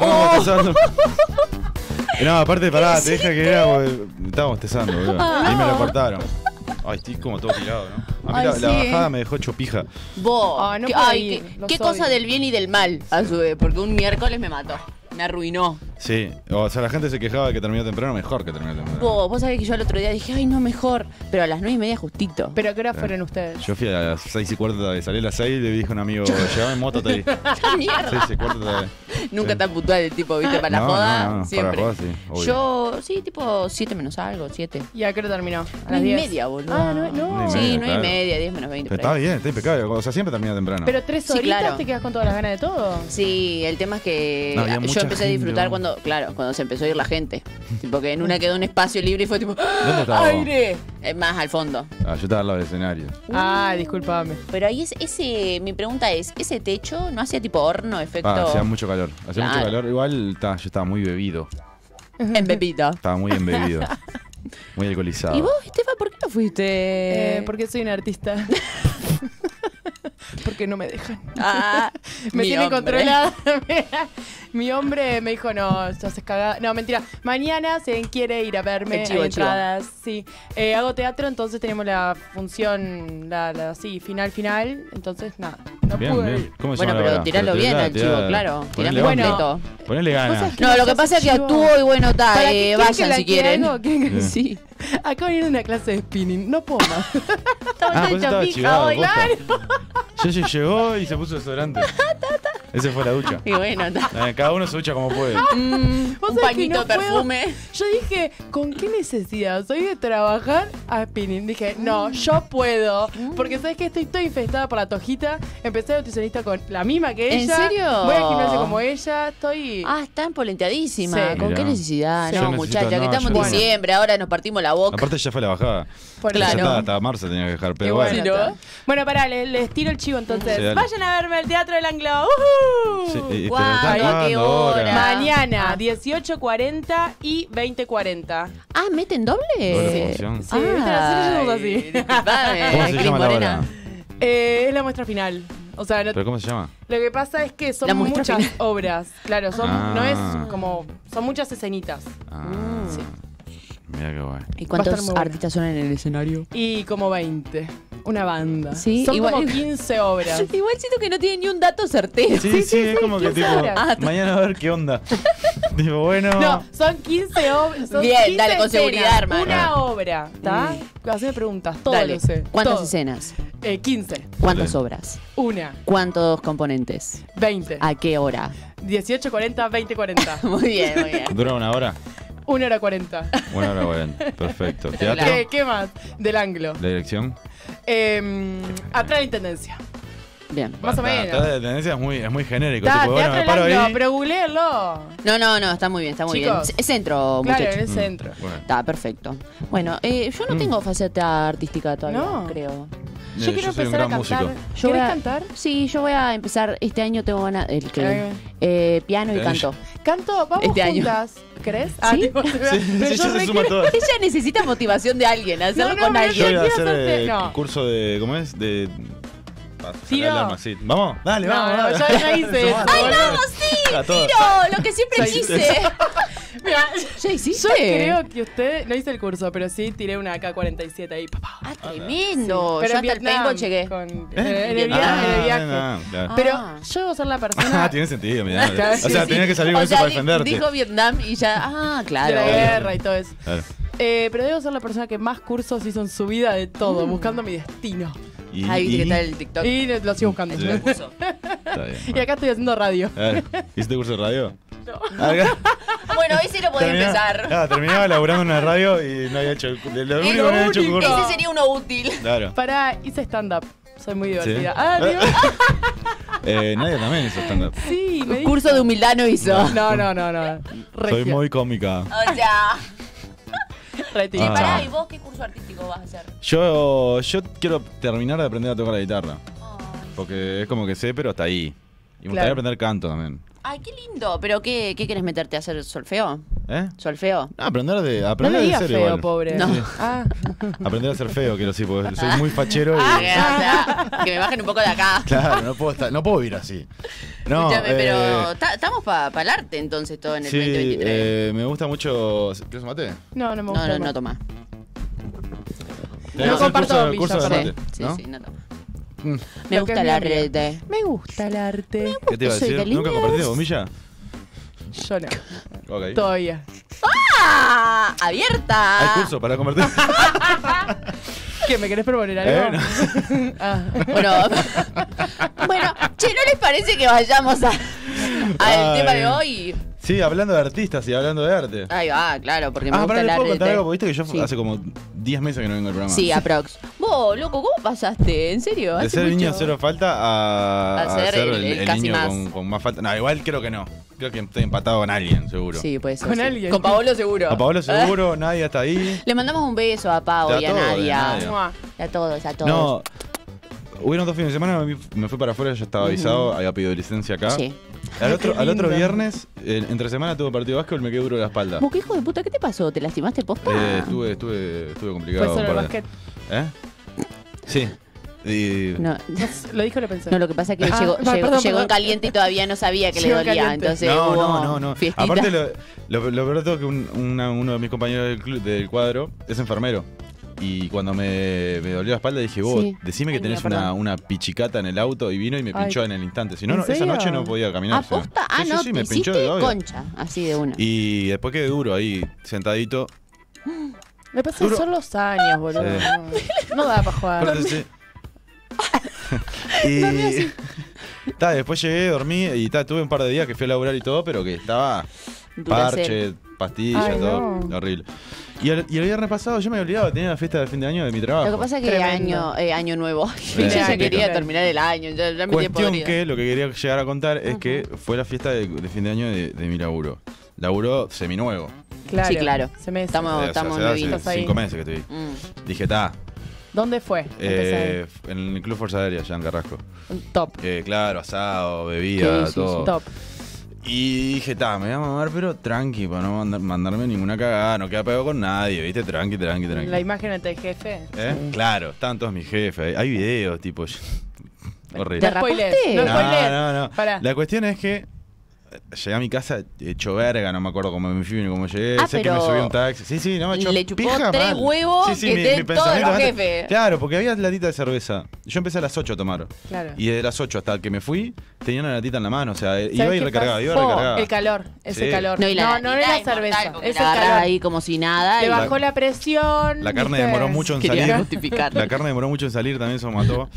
Oh. pasando? No, aparte, pará, te deja que era. porque Estábamos testando, boludo. Ah. Y me lo cortaron. Ay, estoy como todo tirado, ¿no? A mí Ay, la, la sí, bajada eh. me dejó hecho pija. Vos, Ah, no qué- puedo ay, ir, qué- los qué odio. cosa del bien y del mal, a su vez, Ah, porque un miércoles me mató, me arruinó. Sí. O sea, la gente se quejaba de que terminó temprano, mejor que terminó temprano. Vos, vos sabés que yo el otro día dije, ay, no, mejor, pero a las nueve y media justito. ¿Pero a qué hora fueron ustedes? Yo fui a las 6 y cuarta, salí a las 6 y le dije a un amigo, llegame en moto hasta ahí. Mierda. 6 y cuarta. hasta ahí. Nunca Sí. tan puntual el tipo, viste, para la No, joda, no, no, para siempre. la joda, sí, obvio. Yo, sí, tipo siete menos algo, siete. ¿Y a qué hora terminó? A Nueve las y 10. media, boludo. Ah, no, no. Nueve y Sí, media, nueve claro. y media, diez menos veinte. Pero está bien, está impecable. O sea, siempre termina temprano. Pero tres Sí, horitas claro. te quedas con todas las ganas de todo. Sí, el tema es que No, había yo mucha empecé a disfrutar gente, cuando, claro, cuando se empezó a ir la gente. tipo que en una quedó un espacio libre y fue tipo, ¿Dónde estaba vos? ¡aire! Eh, Más al fondo. Ah, yo estaba al lado del escenario. Ah, discúlpame. Pero ahí es ese, mi pregunta es, ¿ese techo no hacía tipo horno, efecto Ah, hacía mucho calor. Hacía Claro. mucho calor. Igual ta, yo estaba muy bebido. en Pepita? Estaba muy embebido. muy alcoholizado. ¿Y vos, Estefa, por qué no fuiste? Eh, porque soy un artista. porque no me dejan. Ah, Me mi tiene hombre. controlada. Mi hombre me dijo, no, ya se cagada. No, mentira. Mañana, si alguien quiere ir a verme, Qué chivo, hay chivo. entradas. Sí. Eh, hago teatro, entonces tenemos la función, la, la- sí, final, final. Entonces, nada. No Bien, pude. bien. ¿Cómo se Bueno, llama la pero obra? tiralo bien tirá- al tirá- chivo, claro. Ponele Tirame ganas. completo. Ponele ganas. No, lo que pasa es que actuó y bueno, Para está, que- eh, ¿quieren que vayan la si tire quieren. algo? ¿Quieren que- Sí. Sí. Acabo de venir de una clase de spinning. No puedo más. Ah, pues estaba chivado. hoy. Yo llegó y se puso desodorante. Ese fue la ducha. Y bueno, está. Eh, Cada uno se ducha como puede. Ah, Mm, ¿Vos un sabés que pañito no de perfume. puedo? Yo dije, ¿con qué necesidad soy de trabajar a spinning? Dije, no, Mm. yo puedo. Porque sabes que estoy toda infestada por la tojita. Empecé de nutricionista con la misma que ¿En ella. serio? Voy al gimnasio como ella. Estoy. Ah, están polenteadísima. Sí. ¿Con Mirá. qué necesidad? Sí. No, Yo necesito- muchacha, que no, estamos en yo- diciembre, ahora nos partimos la boca. Aparte ya fue la bajada. Por Ya eso. estaba, hasta marzo tenía que dejar, y pero bueno, bueno. está. bueno, pará, les, les tiro el chivo entonces. Sí, dale. Vayan a verme el Teatro del Anglo. ¡Uhú! Sí, y- y te Guau, están qué pagando ahora. hora. Mañana, 18.40 y 20.40. Ah, ¿meten doble? Ah, Doble función. Sí, viste, nosotros somos así. disculpame, ¿Cómo se Cris llama la Morena. obra? Eh, es la muestra final. O sea, no, ¿Pero cómo se llama? Lo que pasa es que La son muestra muchas final. obras, claro, son, Ah. no es como, son muchas escenitas. Ah, Mira qué guay. ¿Y Va a estar muy cuántos buena. artistas son en el escenario? Y como 20, una banda. Sí, son igual- como 15 obras. Igual siento que no tiene ni un dato certero. Sí, sí, es como que 15 tipo, horas. Ah, t- mañana a ver qué onda. Digo, bueno. No, son 15 obras. son Bien, 15 dale, con seguridad, escenas, hermano. Una obra, ¿está? Haceme preguntas, todo Dale. lo sé. ¿Cuántas todo. escenas? Eh, 15, ¿Cuántas Dale. obras? una, ¿Cuántos componentes? 20, ¿A qué hora? 18, 40, 20, 40. Muy bien, muy bien. ¿Dura una hora? una hora 40. Una hora, bueno. Perfecto. ¿Teatro? ¿Qué, qué más? Del anglo. ¿La dirección? Eh, atrás de la intendencia. Bien. Más o Está- menos. está de tendencia es muy, es muy genérico. Está, tipo, bueno, teatro me del paro anglo, ahí. pero googlealo. No, no, no, está muy bien, está muy Chicos. bien. Es centro, Claro, Oh, muchacho. en el centro. Mm, Bueno, Está perfecto. Bueno, eh, yo Mm. no tengo faceta artística todavía, No. creo. mira, Mm. Eh, yo soy un gran músico. Yo voy ¿Querés a- cantar? Sí, yo voy a empezar este año tengo ganas el que Eh. eh, piano y Eh. canto. Canto, vamos Este año. juntas. ¿Crees? ¿Sí? tipo, pero Sí, yo ya se re suma quiero- todo. Ella necesita motivación de alguien, hacerlo No, no, con no, Yo alguien. voy a quiero hacer eh, hacerte- no. curso de. ¿Cómo es? De. para sacar Tiro. el arma, sí. Vamos, dale, No, vamos. no, dale. yo ya hice eso. Sumate. Ay, ¡Vamos, sí! A todos. ¡Tiro! Lo que siempre Soy- quise. Mira, ¿Ya yo hiciste? creo que usted no hice el curso, pero sí tiré una AK-47 ahí, papá. Ah, tremendo. yo Pero en hasta el Vietnam, paintball llegué. con- ¿Eh? eh, en el via- Ah, en el viaje. no, claro. Pero Ah. yo debo ser la persona Ah, tiene sentido, mirá. Claro, O sea, sí, tenías que salir con o eso sea, para di- defenderte. Dijo Vietnam y ya, ah, de claro. la Claro. guerra y todo eso. Claro. Eh, pero debo ser la persona que más cursos hizo en su vida de Mm. todo, buscando mi destino. Y, Ahí viste y- que está el TikTok. Y lo sigo buscando. Sí. Está bien. Y acá estoy haciendo radio. Claro. ¿Hiciste curso de radio? No. Acá, Bueno, ese lo podés empezar. Ah, terminaba laburando en una radio y no había hecho. el cu- Lo único que lo había hecho único. curso. Ese sería uno útil. Claro. Para, hice stand-up. Soy muy Sí. divertida. Ah, Dios. Eh, Nadia también hizo stand-up. Sí, me dijo. Curso de humildad no hizo. No, no, no, no. Soy Regia, muy cómica. O sea, retia. Ah. pará, ¿y vos qué curso artístico vas a hacer? Yo, yo quiero terminar de aprender a tocar la guitarra. Porque es como que sé, pero hasta ahí. Y me Claro. gustaría aprender canto también. Ay, Ay, qué lindo. ¿Pero qué, qué querés meterte a hacer solfeo? ¿Eh? ¿Solfeo? No, aprender de No aprender le de digas ser feo, igual. pobre. No. Ah, Aprender a ser feo, quiero decir, porque soy muy fachero y Porque, eh, o sea, que me bajen un poco de acá. claro, no puedo estar, no puedo vivir así. No, Escúchame, eh, pero ta- estamos para el arte entonces todo en el sí, 2023. eh, me gusta mucho. ¿Quieres un mate? no, no me no, no, gusta. no toma. Tenés que hacer comparto el bombilla, curso, curso de Sí, mate, sí, ¿no? sí, no toma. Mm. Me Lo que gusta es la mi amiga. red. eh. Me gusta el arte. ¿Qué te iba a Soy decir? de ¿Nunca líneas. compartiste bombilla? Yo no. Ok. Todavía. ¡Ah! ¡Abierta! Hay curso para convertir. ¿Qué? ¿Me querés proponer Eh, algo? Ah. Bueno, bueno, che, ¿no les parece que vayamos a- al Ay. tema de hoy? Sí, hablando de artistas y hablando de arte. Ahí va, claro, porque Ah, me Ah, gusta pará, ¿le la puedo red. contar eh. algo? Porque Viste que yo Sí. hace como 10 meses que no vengo al programa. Sí, aprox. Vos, loco, ¿cómo pasaste? ¿En serio? De Hace ser niño mucho. cero falta a, A ser el- el casi niño más. Con, con más falta. No, igual creo que no. Creo que estoy empatado con alguien, seguro. Sí, puede ser. Con sí. alguien. Con Paolo seguro. A Paolo ¿Eh? seguro, nadie está ahí. Le mandamos un beso a Pao Te a y a todo, y a Nadia. Nadia. Mua. A todos, a todos. No, hubieron dos fines de semana, me me fui para afuera, ya estaba avisado, había pedido licencia acá. Sí. Al Ay, otro, qué al otro lindo. viernes, en- entre semana tuve partido de básquetbol, me quedé duro la espalda. Vos, qué hijo de puta, ¿qué te pasó? ¿Te lastimaste posta? Eh, estuve, estuve, estuve Fue complicado. solo el un par de- básquet. ¿Eh? Sí. Y- No, No sé, Lo dijo, lo pensé. no, lo que pasa es que Ah, llegó, va, llegó, perdón, llegó en perdón. caliente y todavía no sabía que le Llegó en dolía. caliente. Entonces no, hubo no, no, no. fiestita. Aparte, lo, lo, lo peor de todo es que un- una- uno de mis compañeros del, club, del cuadro es enfermero. Y cuando me, me dolió la espalda dije, vos, Sí. decime Ay, que tenés mira, una, perdón. una pichicata en el auto y vino y me Ay. pinchó en el instante. Si no, ¿En no esa serio? noche no podía caminar. o sea. ¿Aposta? Ah, Sí, no, sí, sí, me te pinchó de hiciste obvio. concha, así de una. Y después quedé duro ahí, sentadito. Me pasa que Duro. son los años, boludo. Sí. No, no da para jugar. Aparte, sí. y. Ta, después llegué, dormí y ta, tuve un par de días que fui a laburar y todo, pero que estaba Duracell. parche, pastilla, Ay, todo no. horrible. Y el, y el viernes pasado yo me había olvidado, tenía la fiesta de fin de año de mi trabajo. Lo que pasa es que Tremendo. año, eh, año nuevo. yo Eh, ya sí, quería claro. terminar el año. Ya, ya me tiempo Cuestión que lo que quería llegar a contar es que fue la fiesta de, de fin de año de, de mi laburo. Laburo seminuevo. Claro. Sí, claro. Se me Estamos- No, O sea, estamos hace nuevitos cinco ahí. meses que estoy. Mm. Dije, ta, ¿Dónde fue? Empecé eh, en el Club Fuerza Aérea, allá en Carrasco. ahí. Top. Eh, claro, asado, bebida, Sí, sí, sí. todo. Top. Y dije, ta, me voy a mamar, pero tranqui, para no mandar- mandarme ninguna cagada, no queda pegado con nadie, viste, tranqui, tranqui, tranqui. La imagen ante el jefe. ¿Eh? Claro, están todos mis jefes. Hay, hay videos, tipo. ¿Te horrible. No spoilees, rapaste? No, No, spoilees. no, no. Pará. La cuestión es que eh, llegué a mi casa hecho verga, no me acuerdo cómo me fui ni cómo llegué. Ah, sé que pero me subí a un taxi. Sí, sí, no me echó le chupó pija tres mal. huevos Sí, sí, que mi- tenés mi todos los pensamiento antes- jefes. Claro, porque había latita de cerveza. Yo empecé a las 8 a tomar. Claro. Y desde las 8 hasta que me fui, tenía una latita en la mano. O sea, iba ¿Sabes y qué recargaba, pasa? iba y Po, recargaba. El calor, ese Sí. calor. No, y la, no, no era la cerveza. Es Es el calor. ahí como si nada. Le y bajó la presión. La carne ¿viste? demoró mucho en Quería salir. justificar. La carne demoró mucho en salir, también eso me mató.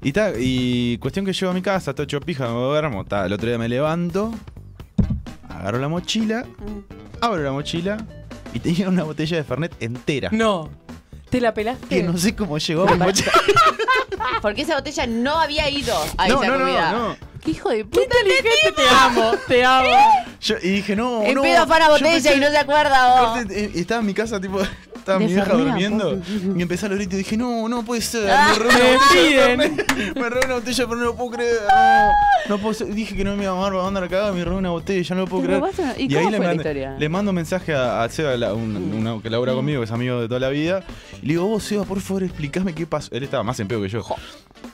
Y, ta, y cuestión que llego a mi casa, todo hecho pija, me duermo. Ta, el otro día me levanto, agarro la mochila, Mm. abro la mochila y tenía una botella de Fernet entera. No. ¿Te la pelaste? Que no sé cómo llegó a mi mochila. Porque esa botella no había ido a No, esa no, comida. no, no. ¿Qué hijo de puta? Qué inteligente, te amo, te amo. Yo- y dije, no, El no. pedo fue la Yo botella pensé- y no se acuerda vos. Aparte, eh, estaba en mi casa, tipo, estaba De pues, mi vieja Fernet, durmiendo y empecé a gritos y dije, no, no puede ser, Ah, me robé Me una botella de piden. Fernet, me robé una botella, pero no lo puedo creer, no, no puedo ser- dije que no me iba a amar, para la cagada, me robé una botella, ya no lo puedo ¿Te creer. robaste una- y cómo le, fue la mandé- historia? le mando un mensaje a, a Seba, la- un, una que labura conmigo, que es amigo de toda la vida, y le digo, vos Seba, por favor, explícame qué pasó, él estaba más en pedo que yo.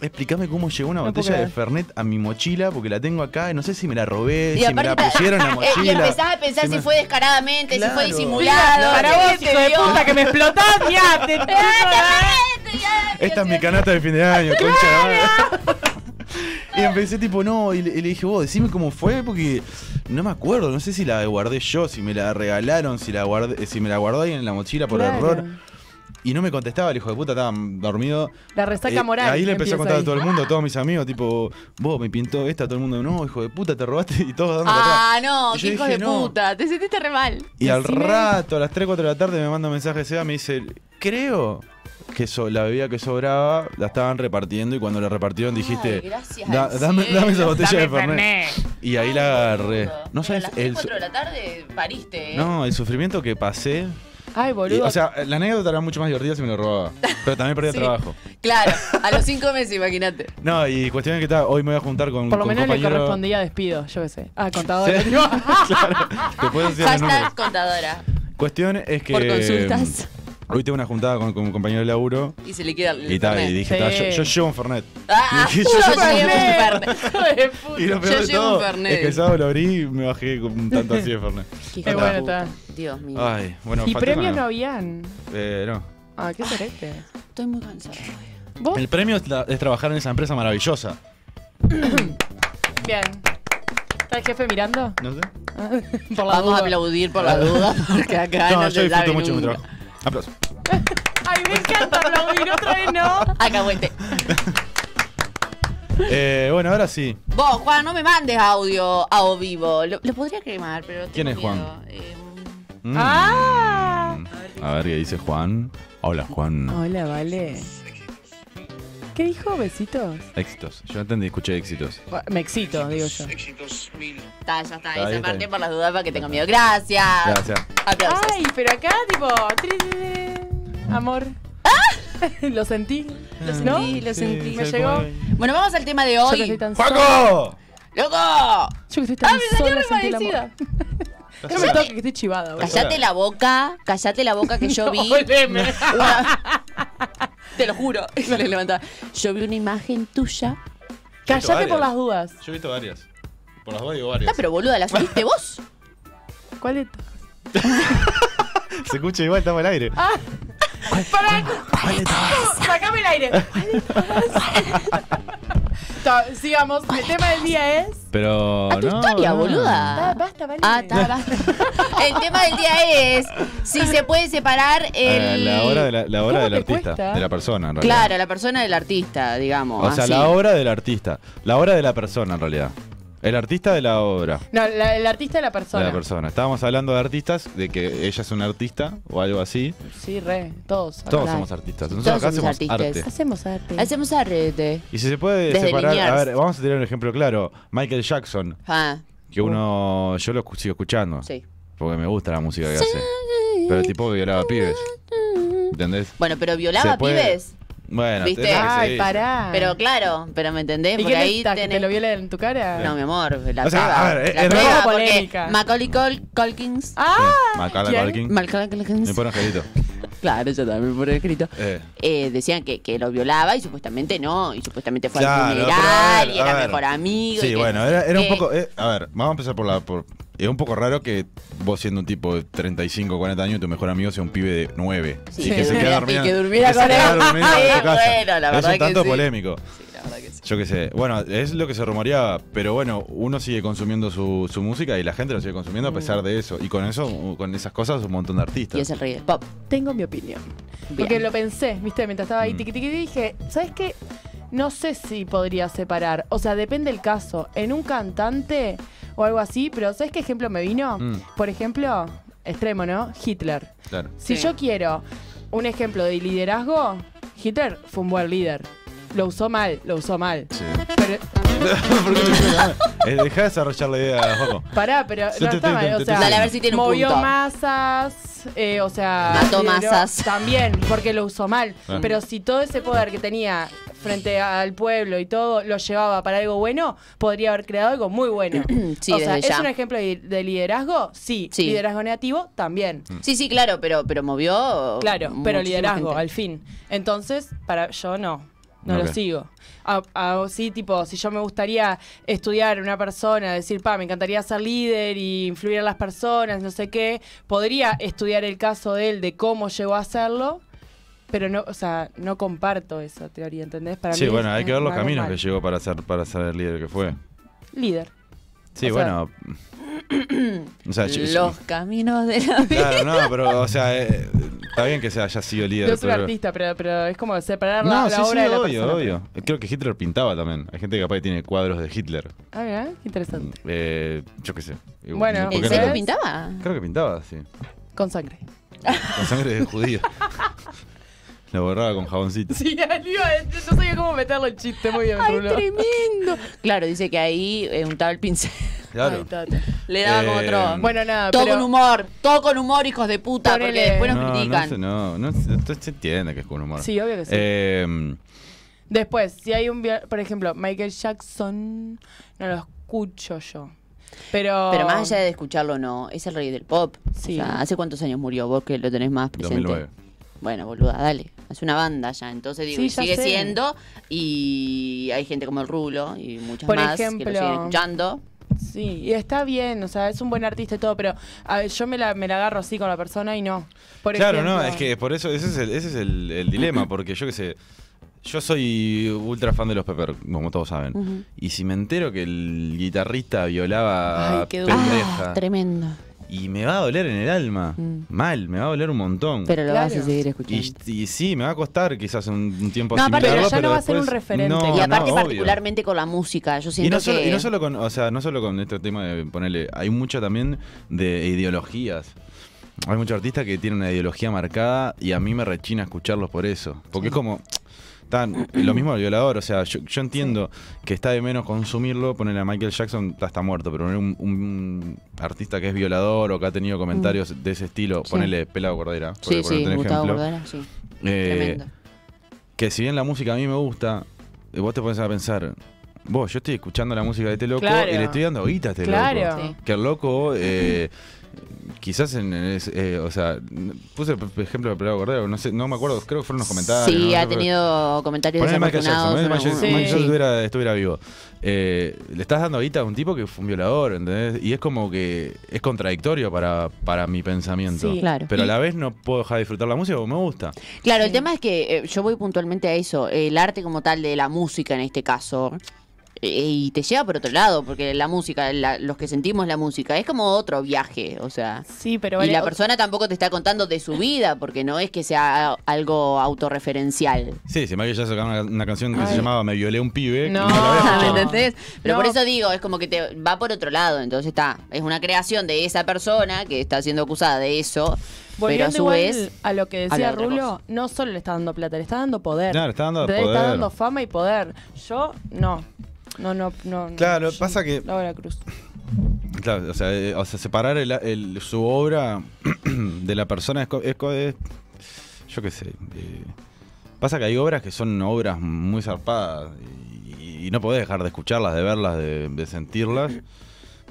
Explícame cómo llegó una No puedo botella de creer. Fernet a mi mochila, porque la tengo acá y no sé si me la robé, Y si me la aparte- pusieron en la Eh, mochila. y empezás a pensar si si me- fue descaradamente, si fue Claro. disimulado. Para ¿qué vos, hijo de vio? puta, que me explotás, ya, te Esta es mi canasta de fin de año, concha. de madre. Y empecé tipo, no, y le, y le dije, vos, decime cómo fue, porque no me acuerdo, no sé si la guardé yo, si me la regalaron, si la guardé, eh, si me la guardó alguien en la mochila por Claro. error. Y no me contestaba, el hijo de puta estaba dormido. La resaca Eh, moral. Ahí le empecé empieza a contar ahí. a todo el mundo, a todos mis amigos, tipo, vos me pintó esta, todo el mundo, no, hijo de puta, te robaste y todos dando para atrás. Ah, no, Y yo qué hijo dije, de no. puta. Te sentiste re mal. Y al decime. rato, a las 3, 4 de la tarde, me manda un mensaje Seba, me dice, creo que so- la bebida que sobraba la estaban repartiendo y cuando la repartieron dijiste, Ay, gracias "Da- al dame, cielo, dame esa botella Dame de Fernet. Y ahí la agarré. Pero No sabes a las el, 4 de la tarde pariste. ¿eh? no, el sufrimiento que pasé Ay, Y, boludo. o sea, la anécdota era mucho más divertida si me lo robaba. Pero también perdía Sí. trabajo. Claro, a los cinco meses, imagínate. No, y cuestión es que está, hoy me voy a juntar con por lo con menos le compañero- correspondía despido, yo qué sé. Ah, contador. Sí. claro. Te puedo decir los números. Hashtag contadora. Cuestión es que. mm, Por consultas. Hoy tengo una juntada con, con un compañero de laburo. Y se le queda el Y, tal, internet. y dije, Sí. "Ta, yo, yo llevo un Fernet. Ah, Y dije, yo, yo- llevo un Fernet. Fernet. de puta. Y lo Yo peor de llevo un todo Fernet. es que el sábado lo abrí y me bajé con un tanto así de Fernet. Qué hijo de bueno puta. Dios mío. Ay, bueno, y Fatima premios no habían. Eh, no. Ah, qué sorete. Estoy muy cansada. ¿Vos? El premio es, la- es trabajar en esa empresa maravillosa. Bien. ¿Está el jefe mirando? No sé. Por la Vamos a duda. aplaudir por la duda, porque acá no, no, se yo disfruto sabe mucho mi nunca. trabajo. Aplausos. Ay, me encanta aplaudir. Otra vez no. Alcahuete. Eh, bueno, ahora sí. Vos, Juan, no me mandes audio a o vivo. Lo, lo podría quemar, pero. ¿Quién tengo es Juan? miedo. Eh, un- Mm. ¡Ah! A ver qué dice Juan. Hola, Juan. Hola, vale. ¿Qué dijo? ¿Besitos? Éxitos. Yo no entendí, escuché éxitos. Bueno, Me excito, digo yo. Está Está, ya está. Esa bien, está parte bien. por las dudas para que tenga miedo. Gracias. Ah. Gracias. Aplausos. Ay, pero acá, tipo. tri, tri, tri, Amor. Lo sentí. Lo ¿No? sentí, lo sentí. Me llegó. Bueno, vamos al tema de Yo que hoy. estoy tan sola. ¡Juaco! ¡Loco! Yo que estoy ¡Ah, tan me salió sola. sentí el amor. reparecida! No me toques, que estoy chivada. boludo. Callate la boca, callate la boca que yo vi. Volveme. una- Te lo juro. Y le levantaba. Yo vi una imagen tuya. Callate varias. por las dudas. Yo he visto varias. Por las dos digo Ah, varias. pero boluda, ¿la subiste vos? ¿Cuál es? Se escucha igual, estamos al aire. Ah. ¡Para! ¡Sacame el aire! Ta- Sigamos. El tema del día es. Pero. tu no, historia, no. boluda. Ah, basta, vale. Ah, está, basta. El tema del día es si se puede separar Eh, el... la obra, de la, la obra ¿Cómo del te artista. cuesta? De la persona, en realidad. Claro, la persona del artista, digamos. Ah, O sea, así. la obra del artista. La obra de la persona, en realidad. El artista de la obra. No, la- el artista de la persona. De la persona. Estábamos hablando de artistas, de que ella es una artista o algo así. Sí, re. Todos. Todos Claro. somos artistas. Nosotros Todos acá somos hacemos artistas. arte. Hacemos arte. Hacemos arrete. Y si se puede Desde separar, Liniers. a ver, vamos a tener un ejemplo claro. Michael Jackson, Ah, que uno, yo lo escu- sigo escuchando, sí. porque me gusta la música que hace. Pero el tipo violaba pibes, ¿entendés? Bueno, pero Se violaba puede- pibes. Bueno, ¿Viste? es lo que se Ay, dice. pará. Pero claro, pero me entendés, Ah. ¿Y por qué ahí necesitas? ¿Que tenés- te lo violen en tu cara? No, mi amor, la O sea, prueba. a ver, la es prueba raro- porque Polémica. Macaulay Col- Culkins. ¡Ah! Sí, Macaulay ¿Quién? Culkin. Macaulay Culkins. Me pone angelito. Claro, yo también por escrito. Eh, Eh, decían que, que lo violaba y supuestamente no, y supuestamente fue Claro, al pero funeral a ver, y a era ver. mejor amigo. y Sí, que bueno, no sé era, era un qué. poco... eh, a ver, vamos a empezar por la... Por, es un poco raro que vos siendo un tipo de 35, 40 años, tu mejor amigo sea un pibe de 9. Sí, y que que se durmiera- queda y dormido. que durmiera se con queda él. dormido en Sí, tu casa. bueno, la Es verdad un que tanto sí. polémico. Sí, la verdad que sí. Yo qué sé. Bueno, es lo que se rumoreaba, pero bueno, uno sigue consumiendo su, su música y la gente lo sigue consumiendo a pesar de eso. Y con eso, con esas cosas, un montón de Mm. Y es artistas. el rey del pop. Tengo mi opinión. Bien. Porque lo pensé, viste, mientras estaba ahí Mm. tiqui tiqui dije, ¿sabes qué? No sé si podría separar. O sea, depende el caso. En un cantante o algo así, pero ¿sabes qué ejemplo me vino? Mm. Por ejemplo, extremo, ¿no? Hitler. Claro. Si Sí. yo quiero un ejemplo de liderazgo, Hitler fue un buen líder. Lo usó mal, lo usó mal. Sí. Pero, ¿Por qué te quedas? Eh, Dejá de desarrollar la idea, Joco. pará, pero Yo no te está estoy- mal. te o estoy sea, Dale, a ver si tiene un movió punto. masas, eh, o sea. Mató lideró- masas. También, porque lo usó mal. Ah. Pero si todo ese poder que tenía frente al pueblo y todo lo llevaba para algo bueno, podría haber creado algo muy bueno. Sí, o sea, desde ¿es ya. un ejemplo de, de liderazgo? Sí. Sí. ¿Liderazgo negativo? También. Mm. Sí, sí, claro, pero, pero movió. Claro, muchísima pero liderazgo, gente. al fin. Entonces, para yo no. No Ok. lo sigo. A- a- sí, tipo, si yo me gustaría estudiar una persona, decir, pa, me encantaría ser líder y influir a las personas, no sé qué, podría estudiar el caso de él, de cómo llegó a hacerlo, pero no, o sea, no comparto esa teoría, ¿entendés? Para Sí, mí bueno, es- hay que es ver los algo caminos mal. que llegó para ser, para ser el líder que fue. Líder. Sí, O sea- bueno. o sea, Ah, yo- yo- Los caminos de la vida. Claro, no, pero, o sea, eh, está bien que se haya sido líder. No es un pero- artista, pero, pero es como separar la, No, la sí, sí, obra de la obvio, persona. obvio. Creo que Hitler pintaba también. Hay gente que capaz que tiene cuadros de Hitler. Ah, mirá, qué interesante. Eh, yo qué sé. Bueno, ¿Por ¿En qué serio no? ¿Ves? pintaba? Creo que pintaba, sí. Con sangre. Con sangre de judío. Lo borraba con jaboncito. Sí, no sabía cómo meterlo el chiste, muy bien, ¡Ay, Rulo. tremendo! Claro, dice que ahí eh, untaba el pincel. Claro. Ay, tata. Le daban como Eh, otro. Bueno, nada, Todo pero- con humor. Todo con humor, hijos de puta. Ponele. Porque después nos no, critican. No, sé, no, no, se- esto se entiende que es con humor. Sí, obvio que Pues sí. Eh, Después, si hay un. via- Por ejemplo, Michael Jackson. No lo escucho yo. Pero. Pero más allá de escucharlo, no. Es el rey del pop. Sí. O sea, ¿hace cuántos años murió? Vos que lo tenés más presente. 2009. Bueno, boluda, dale. Hace una banda ya. Entonces digo, Sí, y ya sigue sé. siendo. Y hay gente como el Rulo y muchas Por más que ejemplo- lo siguen escuchando. Sí, y está bien, o sea, es un buen artista y todo, pero a ver, yo me la, me la agarro así con la persona y no. Por claro, ejemplo- no, es que por eso ese es el, ese es el, el dilema, porque yo qué sé, yo soy ultra fan de los Pepper, como todos saben. Ujú. Y si me entero que el guitarrista violaba Ay, qué duro. Ah, pendeja, Ah, tremendo. y me va a doler en el alma, Mm. mal, me va a doler un montón. Pero lo Claro. vas a seguir escuchando. y, y sí, me va a costar quizás un, un tiempo No, aparte, asimilarlo, pero ya no va a ser un después- referente. No, y aparte, no, obvio. particularmente con la música, yo siento Y no, solo, que. y no solo con, o sea, no solo con este tema de ponerle, hay mucho también de ideologías. Hay muchos artistas que tienen una ideología marcada y a mí me rechina escucharlos por eso. Porque es como, tan, lo mismo el violador, o sea, yo, yo entiendo que está de menos consumirlo, ponerle a Michael Jackson, está, está muerto, pero poner un, un artista que es violador o que ha tenido comentarios de ese estilo, Mm. Sí. ponerle Pelado Cordera, por Sí, ponerte sí, un Gustavo ejemplo. Cordera, sí. Eh, tremendo. que si bien la música a mí me gusta, eh, vos te pones a pensar, vos, yo estoy escuchando la música de este loco Claro. y le estoy dando guita a este Claro. loco. Sí. Que el loco, eh, quizás en, en es- eh, o sea, n- puse el p- ejemplo de Pelado Cordero, no sé, no me acuerdo, creo que fueron los comentarios. Sí, no ha sé, pero- tenido comentarios Ponele Michael Jackson, desafortunados. ponele Michael, en Sí. Michael Jackson algunos- estuviera, estuviera vivo. Eh, le estás dando guita a un tipo que fue un violador, ¿entendés? Y es como que es contradictorio para, para mi pensamiento. Sí. Claro. Pero a la vez no puedo dejar de disfrutar la música porque me gusta. Claro, el Sí. tema es que eh, yo voy puntualmente a eso, el arte como tal de la música en este caso. eh, Y te lleva por otro lado, porque la música, la- los que sentimos la música, es como otro viaje, o sea. Sí, Y pero vale, la o- persona tampoco te está contando de su vida, porque no es que sea algo autorreferencial. Sí, se me había sacado una, una canción que se Ay. llamaba Me violé un pibe. que No. la Ah, había ¿Me escuchado. entendés? Pero No. por eso digo, es como que te va por otro lado, entonces está, es una creación de esa persona que está siendo acusada de eso, pero a Volviendo su igual vez... a lo que habla decía de otra Rulo, cosa. no solo le está dando plata, le está dando poder. Claro, le está dando Le está poder. dando fama y poder. Yo, no. No, no, no. no. Claro, Yo- pasa que- Laura Cruz. Claro, o sea, eh, o sea, separar el- el- su obra de la persona es, co- es co- es- yo qué sé. eh, pasa que hay obras que son obras muy zarpadas y, y no podés dejar de escucharlas, de verlas, de, de sentirlas.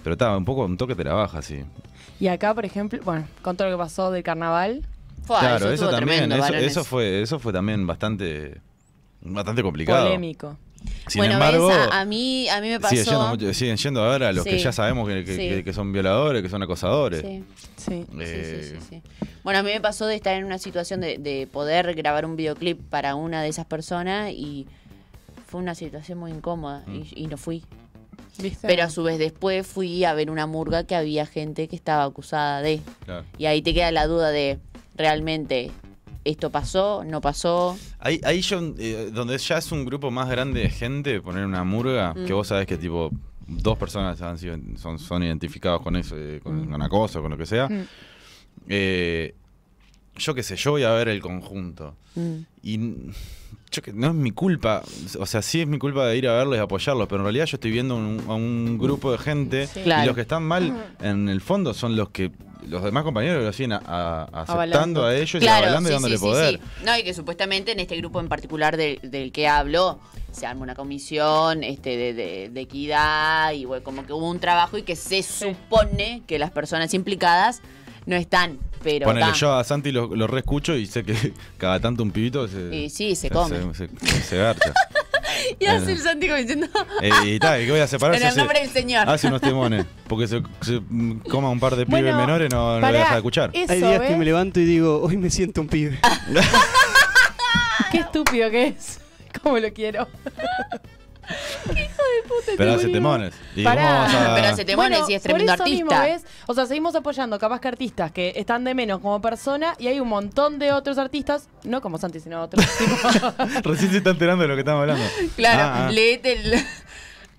Pero está, un poco un toque te la baja, sí. Y acá, por ejemplo, bueno, con todo lo que pasó del carnaval. Fua, claro, eso, estuvo también, tremendo, eso, varones. eso fue, eso fue también bastante, bastante complicado. Polémico. Sin bueno, embargo, ves, a, a mí, a mí me pasó. Siguen yendo, mucho- siguen yendo ahora los que Sí. ya sabemos que, que- Sí. que- que son violadores, que son acosadores. Sí, sí, Sí. sí, sí, Eh, sí. Bueno, a mí me pasó de estar en una situación de, de poder grabar un videoclip para una de esas personas y fue una situación muy incómoda Mm. y, y no fui. ¿Viste? Pero a su vez después fui a ver una murga que había gente que estaba acusada de. claro. Y ahí te queda la duda de realmente esto pasó, no pasó. Ahí, ahí yo, eh, donde ya es un grupo más grande de gente, poner una murga, Mm. que vos sabés que tipo dos personas han sido, son, son identificados con eso, eh, con, Mm. con acoso, con lo que sea. Mm. Eh, yo qué sé, yo voy a ver el conjunto. Mm. Y n- yo que- no es mi culpa, o sea, sí es mi culpa de ir a verlos y apoyarlos, pero en realidad yo estoy viendo un- a un grupo de gente Claro. y los que están mal en el fondo son los que los demás compañeros que lo siguen a- a- aceptando Avalando. a ellos y Claro, avalando y sí, dándole sí, sí, poder. sí. No, y que supuestamente en este grupo en particular del, del que hablo, se arma una comisión este, de, de- de equidad y bueno, como que hubo un trabajo y que se supone que las personas implicadas no están, pero Ponele, ta. yo a Santi lo, lo reescucho y sé que cada tanto un pibito se. Y sí, se come. Se, se- se garcha. Y hace el Santi como diciendo, Eh, y tal, ¿y ¿qué voy a separar? en Si el hace- nombre del Señor. Hace unos timones. Porque se, se, mm, coma un par de pibes Bueno, menores, no, no lo pará, deja de escuchar. Eso, ¿eh? Ah, Hay días ¿ves? que me levanto y digo, hoy me siento un pibe. Qué estúpido que es. Cómo lo quiero. pero hace boludo. timones. ¿Y Pará. cómo vamos a- Pero hace temones Bueno, y es tremendo por eso artista. mismo, ¿ves? O sea, seguimos apoyando capaz que artistas que están de menos como persona y hay un montón de otros artistas, no como Santi, sino otros. tipo, Recién se está enterando de lo que estamos hablando. Claro, Ah, ah. leete el...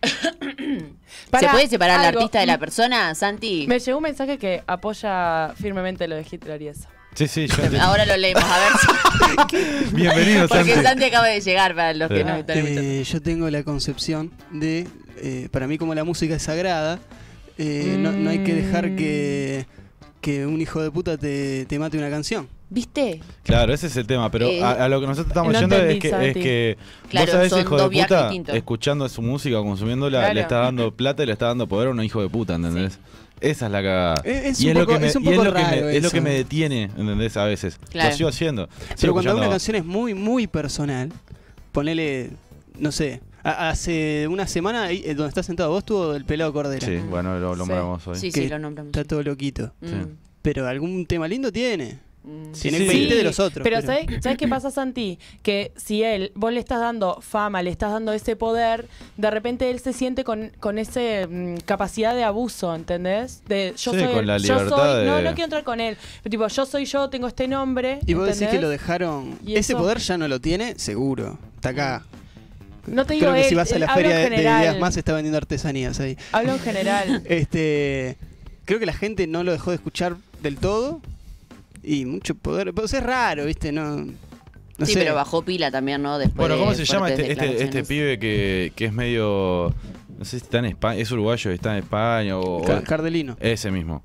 ¿Se Pará, puede separar al algo. Mm, artista de la persona, Santi? Me llegó un mensaje que apoya firmemente lo de Hitler y eso. Sí, sí, yo te- Ahora lo leemos, a ver si... Bienvenido, Ah, Porque Santi. Santi acaba de llegar para los que Sí. nos están Eh, escuchando. yo tengo la concepción de, eh, para mí como la música es sagrada, Eh, no, no hay que dejar que, que un hijo de puta te, te mate una canción. ¿Viste? Claro, ese es el tema, pero Eh, a, a lo que nosotros estamos no yendo es entendí, que, Santi. es que Claro, vos sabés, son hijo dos de viajes puta, distintos. escuchando su música o consumiéndola, Claro. le está dando plata y le está dando poder a un hijo de puta, ¿entendés? Esa es la cagada. Es- es y un es, lo poco- que me, es un y es poco lo que me- raro es lo que eso. me detiene, ¿entendés? A veces. Claro. Lo sigo haciendo. Pero Sigo cuando una escuchando- canción es muy, muy personal, ponele, no sé, a- hace una semana ahí, eh, donde estás sentado vos tuvo el pelado cordera. Sí, bueno, lo, lo Sí. nombramos hoy. Sí, sí, Que lo nombramos. Está todo loquito. Mm, sí. Pero algún tema lindo tiene. mm. Sí, Tiene sí. 20 de los otros. Pero, ¿sabes, ¿sabes qué pasa, Santi? Que si él, vos le estás dando fama, le estás dando ese poder, de repente él se siente con, con esa capacidad de abuso, ¿entendés? De yo Sí, soy. con la yo libertad soy- No, de- no quiero entrar con él. Pero, tipo, yo soy yo, tengo este nombre. Y vos decís ¿entendés? que lo dejaron. Y Ese eso- poder ya no lo tiene, seguro. Está acá. No te digo Creo que él, si vas a eh, la hablo feria en de, de general, ideas más, está vendiendo artesanías ahí. Hablo en general. Este, creo que la gente no lo dejó de escuchar del todo. Y mucho poder. Pues es raro, ¿viste? No, no Sí, sé. pero bajó pila también, ¿no? Después Bueno, de ¿cómo se llama fuertes este, este, este declaraciones. pibe que, que es medio. No sé si está en España, es uruguayo, está en España o. o- Ca- Cardelino. ese mismo.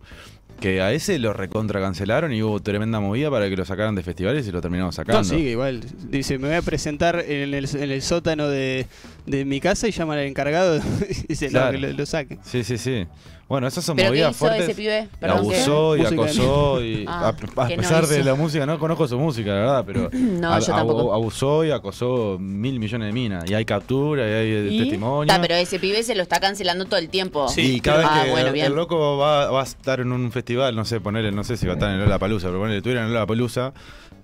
Que a ese lo recontra cancelaron y hubo tremenda movida para que lo sacaran de festivales y lo terminaron sacando. No, sigue igual. Dice, me voy a presentar en el, en el sótano de, de mi casa y llama al encargado. y dice, no, Claro. que lo, lo saque. Sí, sí, sí. Bueno, esas son ¿Pero qué hizo movidas fuertes. ese pibe? Y Perdón, ¿qué? abusó y Música. acosó y Ah, a, a que no pesar de hizo. la música no conozco su música la verdad pero No, a- yo abu- tampoco. abusó y acosó mil millones de minas y hay captura y hay eh, ¿Y? testimonio Ta, pero ese pibe se lo está cancelando todo el tiempo. Sí, y cada vez ah, que bueno, el, bien. el loco va, va a estar en un festival, no sé, ponerle, no sé si va a estar en Lola Palusa, pero ponerle tuviera en Lola Palusa,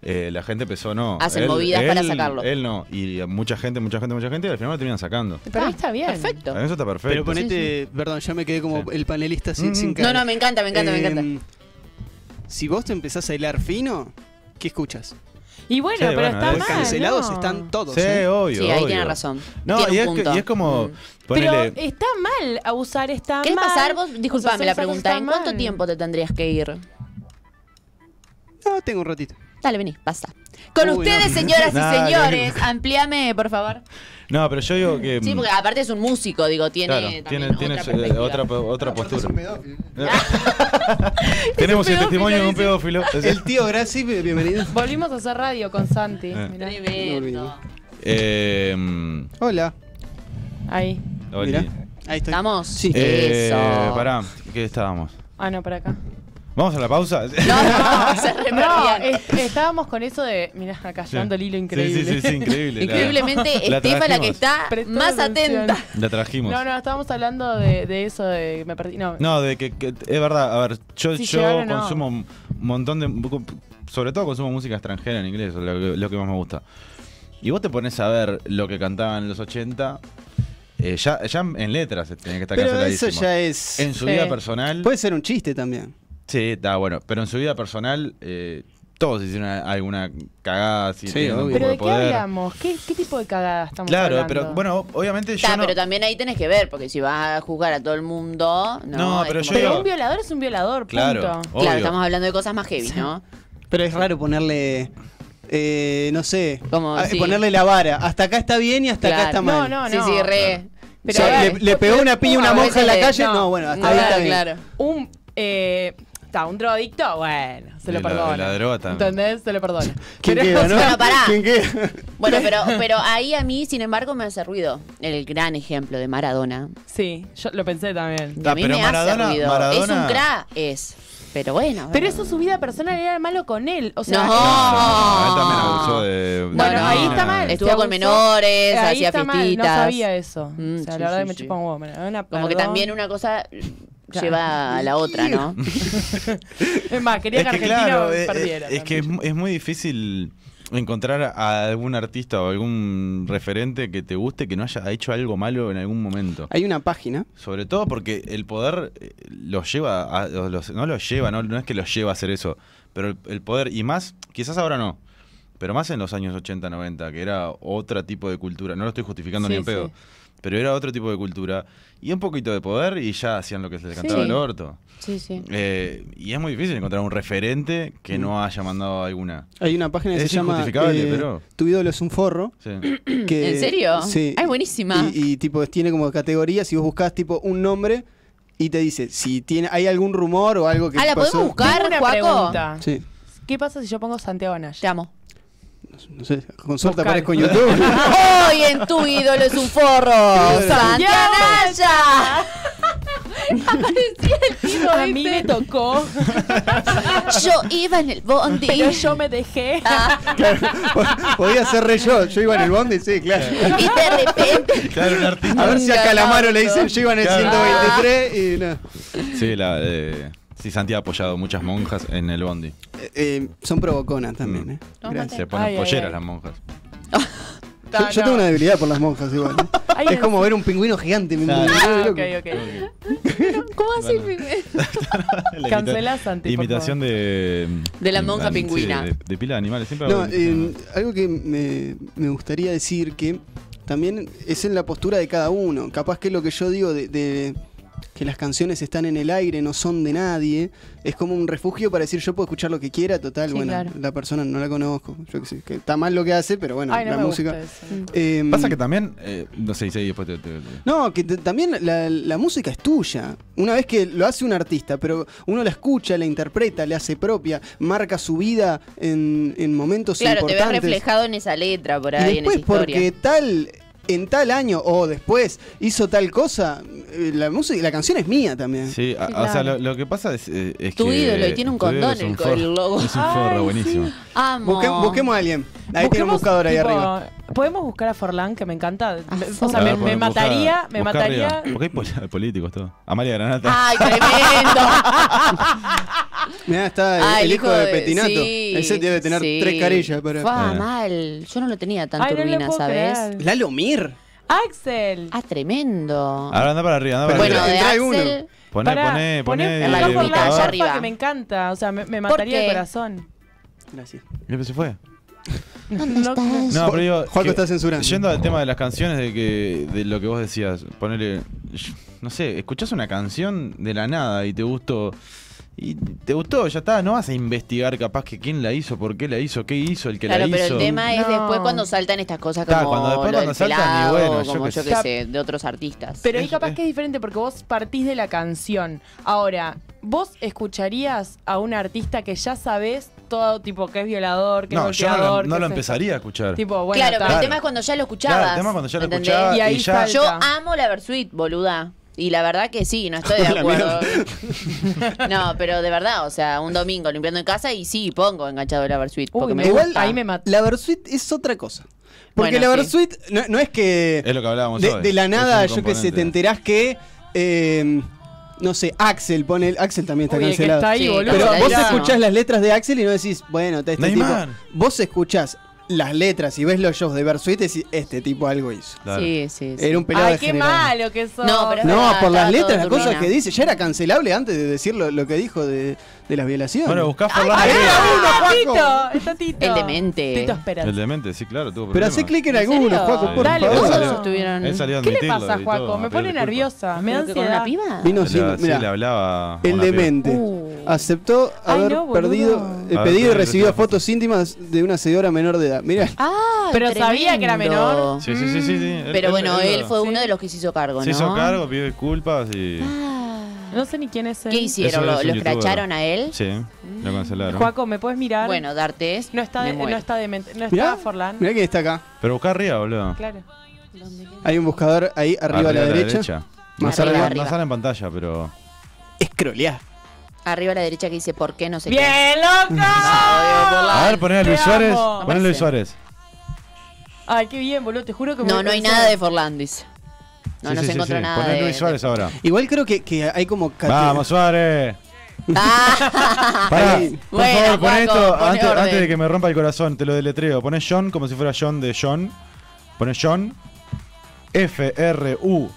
la gente empezó no. Hacen movidas para él- sacarlo. Él no. Y mucha gente, mucha gente, mucha gente, y al final lo terminan sacando. Para mí está bien. Ah, Perfecto. Para mí Eso está perfecto. Pero ponete, perdón, ya me quedé como Sí. el panelista sin, Mm-hmm. Mm. sin No, cara. no, me encanta, me encanta, me encanta. Em, Si vos te empezás a hilar fino, ¿qué escuchas? Y bueno, Sí, pero bueno, está es- mal. Los cancelados Ah, ¿no? están todos. Sí, ¿eh? obvio. Sí, ahí obvio. tiene razón. No, Tiene y, un es, que- punto. y es como. Mm. Ponele. eh, Pero está mal abusar, está ¿Querés mal. pasar vos? O Disculpame sea, la son cosas pregunta. que ¿En están cuánto mal. tiempo te tendrías que ir? No, tengo un ratito. Dale, vení, pasa. Con Uy, ustedes, no. señoras y Dale. señores. Amplíame, por favor. No, pero yo digo que. Sí, mm, porque aparte es un músico, digo, tiene claro, también tiene, otra tiene su- eh, perspectiva. otra, otra postura. pedófilo, Tenemos el testimonio de un dice. pedófilo. El tío Graci, bienvenido. Volvimos a hacer radio con Santi. Eh. mirá. Tremendo. Eh, mm, Hola. Ahí. Oli. Mirá, ahí estoy. ¿Estamos? Sí. Eh, Eso. pará, ¿qué estábamos? Ah, no, para acá. ¿Vamos a la pausa? No, no, se re No, perdían. es- estábamos con eso de. Mirá, acá llevando el hilo increíble. Sí, sí, sí, sí, increíble. la- Increíblemente, la Estefa la que trajimos. está Prestó más atención. atenta. La trajimos. No, No, no, estábamos hablando de, de eso de. Me perdí. No. de que, que- es verdad, a ver, yo, Si yo llegaron o no. consumo un montón de... Sobre todo consumo música extranjera en inglés, lo que, lo que más me gusta. Y vos te pones a ver lo que cantaban en los 80, eh, ya, ya en letras tenía que estar Pero eso canceladísimo. ya es. pues- En su Sí. vida personal... Puede ser un chiste también. Sí, está bueno, pero en su vida personal eh, todos hicieron a- alguna cagada, si Sí, tenían un obvio. poco ¿Pero de qué poder. hablamos? ¿Qué, qué tipo de cagada estamos Claro, hablando? pero bueno, obviamente yo Ta, no... pero también ahí tenés que ver, porque si vas a juzgar a todo el mundo. No, No, es pero como yo que- Pero digo- un violador es un violador, Claro, punto. obvio. Claro, estamos hablando de cosas más heavy, ¿no? Pero es raro ponerle. eh, no sé. Como, a- sí. Ponerle la vara. Hasta acá está bien y hasta acá Claro. está mal. No, no, sí, sí, re. Pero O sea, a ver, le, le pegó una piña a una a monja en la veces calle. le- No, no. bueno, hasta Ah, ahí está bien. claro. Un. Eh, está, un drogadicto, bueno, se Y lo la- perdona. la droga también. ¿Entendés? Se lo perdona. ¿Quién Pero- queda, no? Bueno, pará. ¿Quién queda? Bueno, pero, pero ahí a mí, sin embargo, me hace ruido. El gran ejemplo de Maradona. Sí, yo lo pensé también. Y Ta, a mí pero me Maradona- hace ruido. Es Maradona- un cra, es. Pero bueno. Pero bueno. eso su vida personal era malo con él. O sea, No. No, no, no, él también abusó de. Bueno, de ahí niña. está mal. Estuvo Se con abusó. menores, hacía está mal, fiestitas. no sabía eso. Mm, o sea, sí, la verdad sí, que me sí. chupa un huevo. me da una Como que perdón. también una cosa Claro. lleva a la otra, ¿no? Es más, quería que, Es que Argentina claro, eh, perdiera. eh, es que es, también. mu- es muy difícil encontrar a algún artista o algún referente que te guste que no haya hecho algo malo en algún momento. Hay una página. Sobre todo porque el poder eh, los lleva, a- o los- no los lleva, no, no es que los lleva a hacer eso, pero el, el poder, y más, quizás ahora no, pero más en los años 80, 90, que era otro tipo de cultura, no lo estoy justificando ni Sí, en pedo, sí. pero era otro tipo de cultura, y un poquito de poder y ya hacían lo que se les cantaba Sí. el orto. Sí, sí. Eh, y es muy difícil encontrar un referente que no haya mandado alguna. Hay una página que Es se llama. eh, injustificable, pero- Tu ídolo es un forro. Sí. que- ¿En serio? Sí. Ay, buenísima. Y, y, tipo tiene como categorías. Si vos buscás tipo un nombre, y te dice si tiene hay algún rumor o algo que Ah, ¿la podemos pasó. buscar? Tengo una Juaco? pregunta. Sí, ¿Qué pasa si yo pongo Santiago Anaya? Te amo. no sé, con suerte Buscar. aparezco en YouTube. Hoy en tu ídolo es un forro. Santiago Naya. Aparecía el tío. A mí me tocó, Yo iba en el bondi. pero yo me dejé. Podía ser re yo, yo iba en el bondi, sí, claro. Y de repente. Claro, un artista. A ver si a Nunca Calamaro le tanto. dicen yo iba en el Claro. 123 y no. Sí, la de. Sí, Santi ha apoyado muchas monjas en el bondi. Eh, eh, son provoconas también, Mm. ¿eh? No, Gracias. mate. Se ponen Ay, ay, polleras ay. las monjas. Yo, yo tengo una debilidad por las monjas igual. ¿eh? Ay, es como ver un pingüino gigante. me Claro. vuelve Ah, loco. ok, ok. ¿Cómo hace el Bueno. La imita- Cancelá, Santi, por Imitación de. De la monja sí, pingüina. de, de pila de animales. Siempre No, hago- eh, algo que me, me gustaría decir que también es en la postura de cada uno. Capaz que lo que yo digo de, de que las canciones están en el aire, no son de nadie, es como un refugio para decir yo puedo escuchar lo que quiera, total, Sí, bueno, claro. la persona no la conozco, yo qué sé, que está mal lo que hace, pero bueno, Ay, no la me música. gusta eso. Em, Pasa que también. eh, no sé, sí, después te. te- te- No, que t- también la, la música es tuya. Una vez que lo hace un artista, pero uno la escucha, la interpreta, le hace propia, marca su vida en, en momentos Claro, te ves importantes. reflejado en esa letra por y ahí, en después esa porque historia. tal en tal año o después hizo tal cosa, eh, la música, la canción es mía también. Sí, a- claro. o sea, lo, lo que pasa es, eh, es Tu que. ídolo, y tiene un tu ídolo condón es un el co- forro. el logo. Es un forro, Ay, buenísimo. Amo. Busque- busquemos a alguien. Ahí tiene un Busquemos, buscador ahí tipo, arriba. Podemos buscar a Forlán, que me encanta. Ah, Me- o sea, Forlán. A me, ver, me poné, busca- mataría, me busca mataría. arriba. Porque hay pol- políticos todo. Amalia Granata. Ay, tremendo. Mirá, está el, Ay, el hijo de Petinato. sí, Ese debe tener sí. tres carillas para. Ah. Fua, Eh. mal. Yo no lo tenía tan Ay, no le turbina, puedo ¿sabes? creer. Lalo Mir. Axel. Ah, tremendo. Ahora anda para arriba, anda para bueno, eh, Ah, pero arriba. de entra Axel. alguno. Poné, Pará, poné, poné poné. en el la Forlán Forlán, computadora. indicador. allá porfa, arriba. que me encanta. O sea, me, me ¿Por mataría de qué? corazón. Gracias. ¿Y se fue? No- No, Ju- pero digo, Juaco que- está censurando. Yendo al tema de las canciones, de que de lo que vos decías, ponele. yo- No sé, escuchás una canción de la nada y te gustó. Y te gustó, ya está. No vas a investigar capaz que quién la hizo, por qué la hizo, qué hizo el que la claro, hizo. pero el tema es No. después cuando saltan estas cosas como Claro, cuando después lo cuando del saltan, y pelado, bueno, yo como qué yo sé. que sé, de otros artistas. Pero ahí Es- capaz es- que es diferente porque vos partís de la canción. Ahora, ¿vos escucharías a un artista que ya sabés todo tipo que es violador, que no, es yo no lo, golpeador? no que lo es- empezaría a escuchar. Tipo, bueno, claro, pero tal. el Claro. tema es cuando ya lo escuchabas. Claro, el tema es cuando ya lo ¿entendés? escuchaba Y y, ahí ya. sal- Yo Alta. amo la Versuit, boluda. Y la verdad que sí, no estoy de La acuerdo. no, pero de verdad, o sea, un domingo limpiando en casa y sí, pongo enganchado la Versuit. Uy, Porque me Igual, gusta. ahí me mata. La Versuit es otra cosa. Porque Bueno, la sí. Versuit no, no es que. Es lo que hablábamos de, hoy. de la Es nada, un yo que sé, componente. te enterás que. eh, no sé, Axel pone. el- Axel también está Uy, el que cancelado. está ahí, Sí, boludo. Pero Claro, vos claro. escuchás las letras de Axel y no decís, bueno, está este Neymar. tipo. Vos escuchás las letras y ves los shows de Versuit y decís, este tipo algo hizo. Claro. Sí, sí, sí. Era un pelado Ay, de qué malo que sos. No, pero- No, verdad, por las estaba letras, todo las cosas turbina. que dice. Ya era cancelable antes de decir lo, lo que dijo de, de las violaciones. Bueno, buscá Forlán Ahí arriba. era uno, ¡Ah, Juaco. Tito! Está Tito. El demente. Tito Esperanza. El demente, sí, claro, tuvo Pero problemas. hace clic en ¿En alguno, serio? Juaco, por Dale, Él vos. favor. salió- estuvieron- él salió a ¿Qué le admitirlo pasa, y Juaco? todo, Me a pedirle pone disculpas. nerviosa. Me da ¿Pero que con ansiedad. una piba? Vino Se siendo- la- sí, mirá, le hablaba. a el una piba. demente. Uh. Aceptó Ay, haber no, boludo. perdido, eh, Haber pedido perdido y recibido fotos. fotos íntimas de una seguidora menor de edad. Mira, Ay, Pero sabía que era tremendo. menor. Sí, sí, sí, sí, sí. Él- Mm. Pero bueno, él lo- fue Sí. uno de los que se hizo cargo, ¿no? Se hizo cargo, pidió disculpas y. Ah. No sé ni quién es él. ¿Qué Eso hicieron? ¿Lo, es un lo youtuber. escracharon a él? Sí, lo cancelaron. Juaco, ¿me puedes mirar? Bueno, darte es. No está, me de, muero. no está demente. No está mirá, Forlán. mirá quién está acá. Pero buscá arriba, boludo. Claro. Hay un buscador ahí arriba, a la, derecha. No, Más sale, arriba, no arriba. sale en pantalla, pero. Escroleá. Arriba a la derecha que dice por qué no sé qué. ¡Bien, loco! A ver, poné a Te Luis Suárez. amo. Poné a Luis Aparece. Suárez. Ay, qué bien, boludo. Te juro que me No, no hay nada de Forlán, dice. No, Sí, no sí, se sí, encuentra sí. nada Poné a de... Luis Suárez ahora. Igual creo que, que hay como cate- Vamos, Suárez. Ah, Pará, Ahí. por Bueno, favor, pon Juaco, esto pone antes, orden. antes de que me rompa el corazón, te lo deletreo. Poné John como si fuera John de John. Poné John. F R U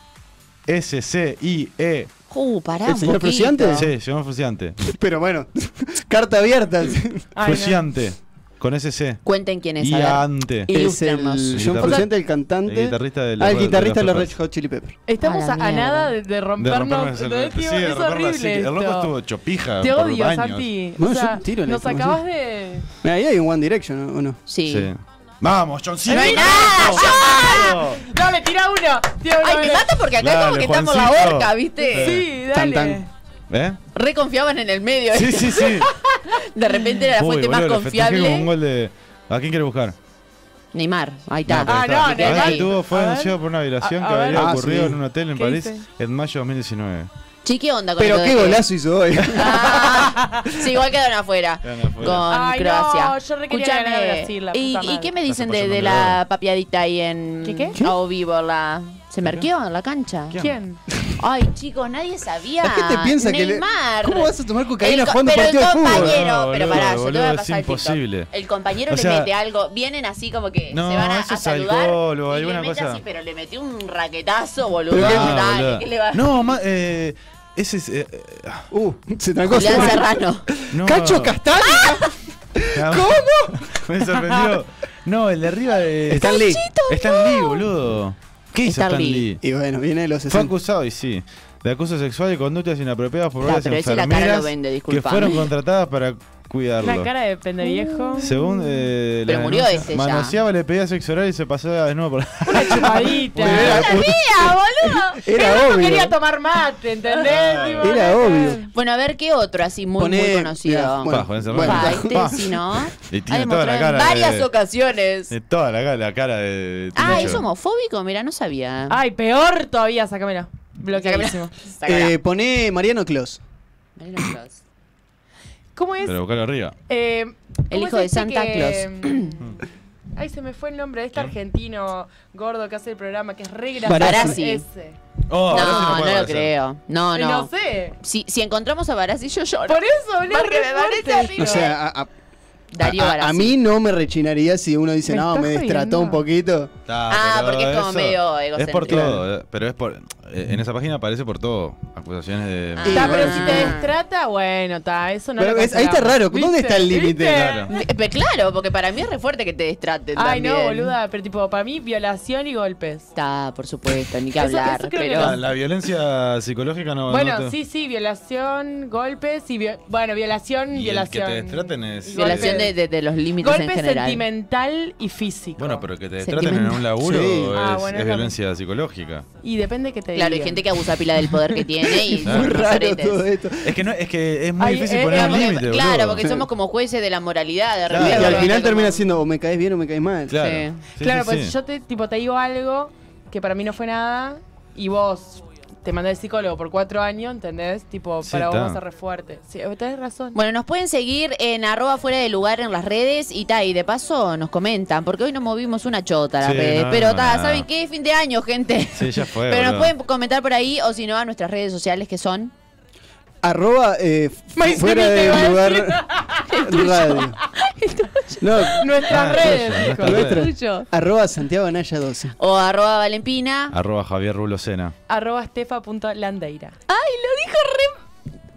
S C I E. uh, pará ¿El un señor poquito. Fruciante? Sí, se llama Fruciante. Pero bueno, carta abierta. Ay, no. Fruciante. Con S C. Cuenten quién es, Y a ver. ante. es el Ilústranos. El John guitarrista. Frusciante, el El cantante. guitarrista de Ah, el guitarrista de los Red Red Hot Chili Peppers. Estamos A a, la a mierda. nada de, de De rompernos. rompernos el- de- sí, tío, de es rompernos, horrible. sí, que El loco esto. estuvo chopija. Te por odio, baños. Santi. No, o sea, yo tiro la nos información. acabas de. Mirá, ahí hay un One Direction, ¿o no? Sí. Sí. Vamos, John Cena. No hay nada, carajo. Dale, tira uno. Tira uno, Ay, me dale. mata porque acá Dale, como que estamos la Juancito. horca, ¿viste? Sí, dale. Tan, tan. ¿Eh? Reconfiaban en el medio. Sí, sí, sí. De repente era la Uy, fuente boludo, más lo festejé como un confiable. gol de. ¿A quién quiere buscar? Neymar, ahí está. pero Ah, está. no, Este Neymar. tuvo fue A ver. denunciado por una violación A- que a había ver. Ah, ocurrido sí. en un hotel en ¿Qué París dice? en mayo de 2019. Che, ¿qué onda con Pero lo qué de que- golazo hizo hoy. Ah, sí, igual quedaron afuera. Quedaron afuera. Con Ay, no, Croacia. yo re quería ganar a Brasil, la ¿y, puta y madre. qué me Estás dicen de, apoyando de a la Brasil. papiadita ahí en ¿Qué, qué? a O vivo? La, ¿Se ¿Qué? merqueó en la cancha? ¿Qué? ¿Quién? Ay, chicos, nadie sabía. La gente piensa que. le- Neymar. ¿Cómo vas a tomar cocaína El co- jugando un pero partido de el fútbol? compañero, No, pero boludo, pará, yo te voy boludo, a es pasar el TikTok. imposible. El compañero O le sea- mete algo, vienen así como que No, se van a, eso a es saludar alcohol o y alguna le mete cosa. así, pero le metió un raquetazo, boludo. Pero qué- Ah, Dale, boludo. ¿qué le va? No, ma- eh, ese es. eh, eh, Uh, se trancó Julián su- Serrano. no, Cacho Castaña. Ah, ¿Cómo? Me sorprendió. No, el de arriba de. Stan Lee. Stan Lee, boludo. ¿Qué hizo Stan Stan Lee. Lee? Y bueno, viene de los Fue 60. acusado, y sí, de acoso sexual y conductas inapropiadas por Ya, varias pero ese la cara enfermeras lo vende, que disculpa. fueron contratadas para La cuidarlo. cara de pendeviejo. Según eh, Pero la murió denuncia, ese ya. Manoseaba, le pedía sexo oral y se pasaba desnudo por Una chupadita. Era, ¡Mira, boludo! Pero era uno obvio. quería tomar mate, ¿entendés? Tipo, Era no sé. obvio. Bueno, a ver qué otro así muy, muy Poné- conocido. Mira, Pa, Julián Serrano. bueno, Pa, ta- este pa. sí, ¿no? Le Ha tiene toda demostrado la en cara varias de- ocasiones. De toda la, la cara de. Ah, Tinocho. ¿es homofóbico? Mira, no sabía. Ay, peor todavía, sácamelo. Bloqueadísimo. Sácala. Eh, poné Mariano Clos. Ahí lo tenés. ¿Cómo es? Pero buscalo arriba. Eh, El hijo ¿cómo es de este Santa que- mm, Ay, se me fue el nombre de este argentino gordo que hace el programa, que es re gracioso. Barassi. Ese. Oh, ahora sí No, no, puede lo aparecer. creo. No, Eh, No. no. sé. Si, si encontramos a Barassi, yo lloro. Por eso, no Porque me parece fuerte. O eh, sea, a, a- Darío a- a- Barassi. a mí no me rechinaría si uno dice, Me no, estás me destrató jodiendo. un poquito. Ah, pero porque es como medio Es por egocéntrico. todo, eh, pero es por. eh, En esa página aparece por todo. Acusaciones de. Ah. Ta, pero bueno. si te destrata, bueno, está, eso no Pero lo ves, ahí está cancelamos. raro, ¿dónde ¿Viste? está el límite? ¿Viste? Claro. Eh, pe- Claro, porque para mí es re fuerte que te destraten Ay, no, también. boluda, pero tipo, para mí, violación y golpes. Está, por supuesto, ni que Eso- hablar. eso creo que pero... La, la violencia psicológica no. Bueno, no te- sí, sí, violación, golpes y... vio- bueno, violación, Y el violación. que te destraten es- Y Violación de, golpes. de- de los límites en Golpe general. sentimental y físico. Bueno, pero que te destraten en Sentimental. un laburo Sí. es, Ah, bueno, es es violencia psicológica. Y depende que te Claro, hay digan. gente que abusa pila del poder que tiene y Claro. Muy son raro rosoretes. todo esto. Es que no, es que es muy Ay, difícil eh, poner eh, un Porque- límite, claro, boludo. porque somos como jueces de la moralidad de Claro. Y repente, al ¿no? final Como- termina siendo, o me caes bien o me caes mal. Claro, Sí. Sí, claro, sí, pues sí. yo te, tipo, te digo algo que para mí no fue nada y vos te mandé al psicólogo por cuatro años, ¿entendés? Tipo, Sí, para vos está. vas a ser re fuerte. Sí, tenés razón. Bueno, nos pueden seguir en arroba fuera de lugar en las redes y ta, y de paso nos comentan, porque hoy nos movimos una chota a las Sí, redes. no, pero no, ta, no. ¿saben qué? Es Fin de año, gente. Sí, ya fue. pero nos boludo. pueden comentar por ahí o si no a nuestras redes sociales que son. Arroba eh, f- Me hice fuera mi de tema. lugar radio. No, Nuestras Ah, tuyo, redes, nuestras dijo. redes. Tuyo. arroba Santiago Naya 12. O arroba valentina. Arroba Javier Rulo Sena. Arroba estefa.landeira.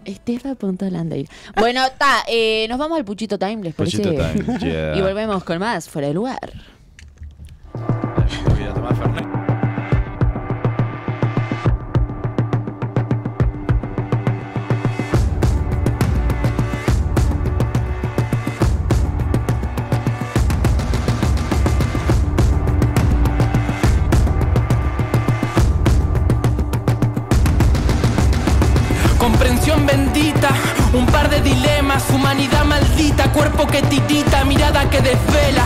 Estefa.landeir. Bueno, ta, eh, nos vamos al Puchito Time, ¿les parece? Pochito time. Yeah. Pues Y volvemos con más fuera de lugar. Voy a tomar Fernet. Comprensión bendita, un par de dilemas, humanidad maldita, cuerpo que titita, mirada que desvela,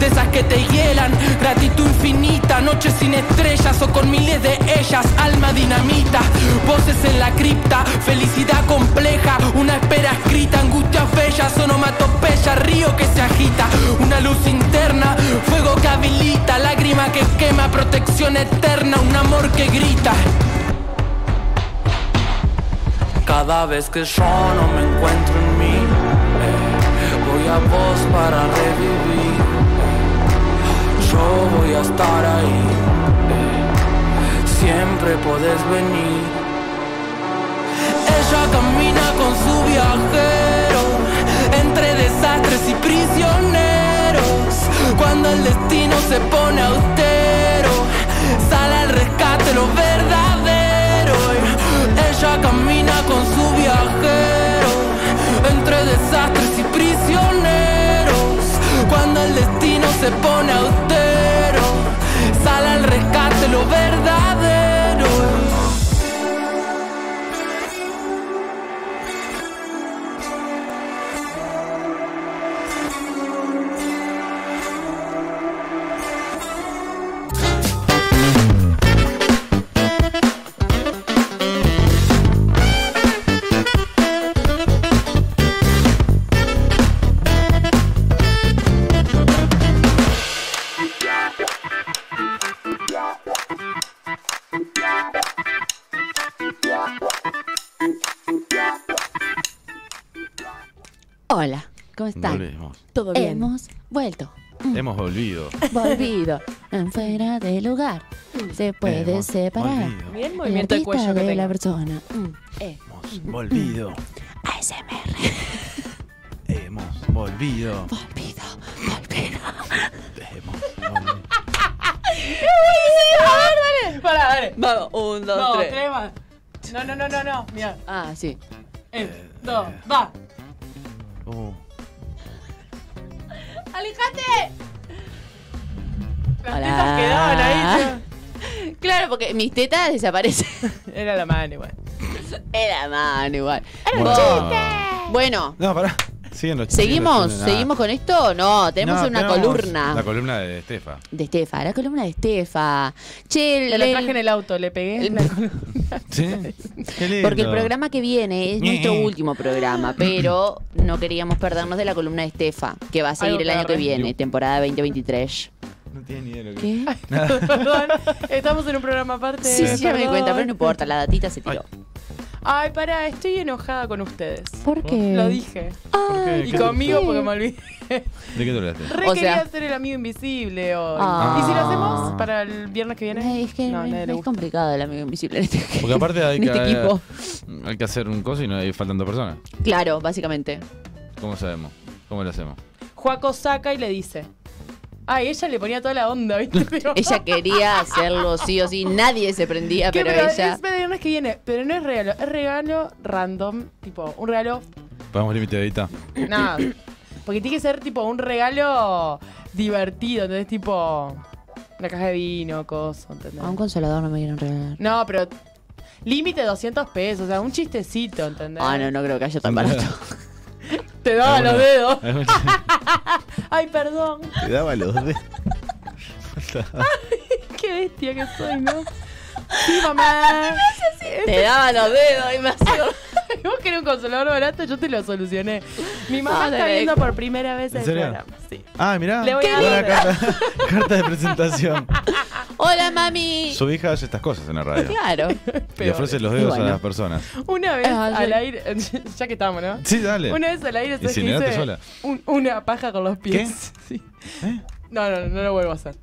de esas que te hielan, gratitud infinita, noches sin estrellas o con miles de ellas, alma dinamita, voces en la cripta, felicidad compleja, una espera escrita, angustias bellas, onomatopeya, río que se agita, una luz interna, fuego que habilita, lágrima que quema, protección eterna, un amor que grita. Cada vez que yo no me encuentro en mí, eh, voy a vos para revivir. eh. yo voy a estar ahí, eh, siempre podés venir. Ella camina con su viajero, entre desastres y prisioneros. Cuando el destino se pone austero, sale al rescate lo verdadero. Ella camina con su viajero, entre desastres y prisioneros. Cuando el destino se pone austero, ¿Cómo están? Volvemos. Todo Hemos vuelto. Hemos volvido. Volvido. en fuera de lugar. Se puede Hemos separar. volvido. Bien, El movimiento de artista cuello que de la tengo. persona. Mm. Eh, Hemos volvido. ASMR. Hemos volvido. Volvido. Volvido. Hemos volvido. Pará, dale. Vamos, un, dos, No, tres. tres más. No, no, no, no, no. Mira. Ah, sí. Eh, dos, va. Oh. ¡Alejate! Las Hola. tetas quedaban ahí. Claro, porque mis tetas desaparecen. ya. Era la mano igual. Era mano igual. Bueno. Bueno, No, pará. Siguen los ¿seguimos? siguen los- ¿Seguimos con esto? No, tenemos No, una tenemos columna. La columna de Estefa. De Estefa, la columna de Estefa. Che, Te el- la traje en el auto, le pegué. el- la columna. ¿Sí? Qué lindo. porque el programa que viene es Ñe. nuestro último programa, pero no queríamos perdernos de la columna de Estefa, que va a seguir Algo ¿eh? el año que agarré. viene, temporada 2023. No tiene ni idea de lo que. ¿Qué? Perdón, estamos en un programa aparte. Sí, sí, ya me di perdón. cuenta, pero no importa, la datita se tiró. Ay, pará, estoy enojada con ustedes. ¿Por qué? Lo dije. Ah, ¿Por qué? Y ¿Qué- conmigo porque me olvidé. ¿De qué te hablaste? Re O quería sea- ser el amigo invisible hoy. Ah. ¿Y si lo hacemos para el viernes que viene? Es que no, no, a nadie le es gusta. complicado el amigo invisible en este, Porque aparte hay en que, este equipo. hay que hacer un coso y no hay faltan dos personas. Claro, básicamente. ¿Cómo sabemos? ¿Cómo lo hacemos? Juaco saca y le dice. Ay, ella le ponía toda la onda, ¿viste? Pero- Ella quería hacerlo sí o sí, nadie se prendía, ¿Qué, pero pero ella. Es para el viernes que viene, pero no es regalo, es regalo random, tipo, un regalo. Pagamos límite de ahorita. Ah, Nada. Porque tiene que ser tipo un regalo divertido, entonces tipo una caja de vino, cosa, ¿entendés? A Ah, un consolador no me quieren regalar. No, pero límite 200 pesos, o sea, un chistecito, ¿entendés? Ah, no, Ah, no creo que haya tan barato. Te daba los dedos. Alguna- Ay, perdón. Te daba los dedos. Qué bestia que soy, ¿no? Sí, mamá. Te daba los dedos y me hacía. Vos querés un consolador barato, yo te lo solucioné. Mi Ah, mamá te está dejo. viendo por primera vez ¿En el serio? programa. Sí. Ah, mirá. Le voy a Buena dar- carta, carta de presentación. Hola, mami. Su hija hace estas cosas en la radio. Claro. Le ofrece los Y dedos bueno. a las personas. Una vez Ah, sí. al aire, ya que estamos, ¿no? Sí, dale. Una vez al aire, ¿sabes qué Incinerate hice? sola. Un- una paja con los pies. Sí. ¿Eh? No, no, no, no lo vuelvo a hacer.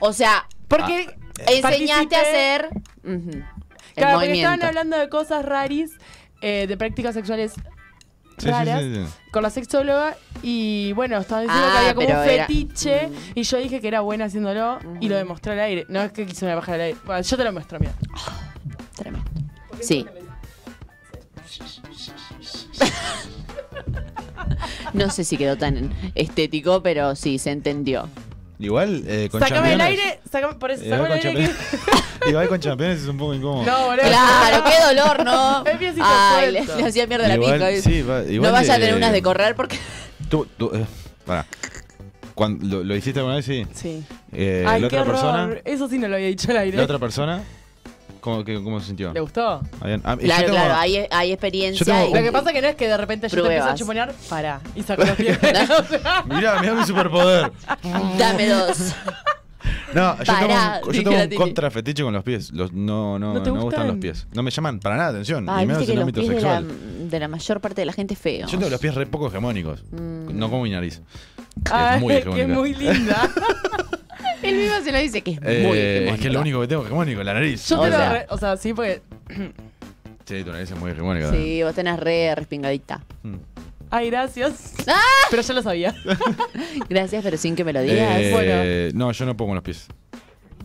O sea, Porque Ah, enseñaste participé- a hacer. ujú, el Claro, porque estaban movimiento. hablando de cosas raris, eh, de prácticas sexuales Sí, sí, raras. sí, sí. con la sexóloga y bueno, estaba diciendo Ah, que había como un pero era- Mm. fetiche y yo dije que era buena haciéndolo y lo demostré al aire. No es que quise una baja al aire. Bueno, yo te lo muestro, mira. Tremendo. Sí. No sé si quedó tan estético, pero sí, se entendió. Igual eh, con Sácame el champiñones- aire, sacame, por eso, Igual con sacame el aire. que- champiñones- Igual con champiñones es un poco incómodo. No, boludo. Claro, qué dolor, ¿no? Es piecito Ay, le, suelto. le hacía mierda la Igual- pica. sí, va- igual, no vaya a tener eh, unas de correr porque. Tú, tú, eh, pará. Cuando, lo, lo hiciste alguna vez? Sí. Sí. Eh, Ay, la qué otra horror. persona. Eso sí no lo había dicho al aire. La otra persona. ¿Cómo, que- cómo se sintió? ¿Le gustó? Habían- ah, yo Claro, tengo- claro, hay, hay experiencia. Yo tengo y- un- Lo que pasa que no es que de repente yo te empiezo a Pruebas. chuponear, pará, y saco los pies. O sea, Mirá, mirá mi superpoder. Ah. Dame dos. No, yo Pará, tengo un, yo dije tengo la un Titi. contra fetiche con los pies. Los, no, no, ¿No no, te gustan gustan? los pies. No me llaman para nada la atención. Ah, ni menos en viste que el los ámbito pies de la, sexual. de la mayor parte de la gente es feo. Yo tengo los pies re poco hegemónicos. Mm. No como mi nariz. ay, es muy que es hegemónica. muy linda. Él mismo se lo dice que es Eh, muy es que es lo único que tengo hegemónico, la nariz. Yo O te lo sea. re- O sea, sí, porque. Sí, tu nariz es muy hegemónica. Sí, vos tenés re respingadita. Mm. Ay, gracias. Ah. Pero ya lo sabía. Gracias, pero sin que me lo digas. Eh, bueno. No, yo no pongo los pies.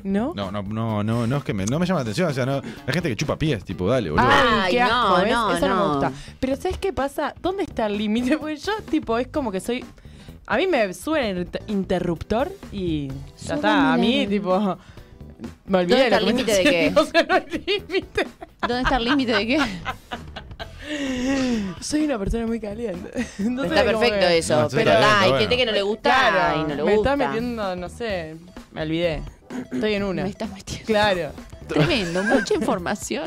¿No? No, no, no, no, no es que me, no me llama la atención. O sea, no, hay gente que chupa pies, tipo, dale, boludo. Ay, Ay, qué no, asco, ¿ves? no, Eso no. no. me gusta. Pero ¿sabes qué pasa? ¿Dónde está el límite? Porque yo, tipo, es como que soy... A mí me sube el inter- interruptor y ya está. A mí, tipo... Me ¿Dónde olvidé de está la el límite de qué? conversación. O sea, no hay límite. ¿Dónde está el límite de qué? Soy una persona muy caliente. Entonces, Está como perfecto que- eso, No, está pero bien, está hay bueno. gente que no le gusta Claro, y no le me gusta. está metiendo, no sé... Me olvidé. Estoy en una. Me estás metiendo. Claro. Tremendo, mucha información.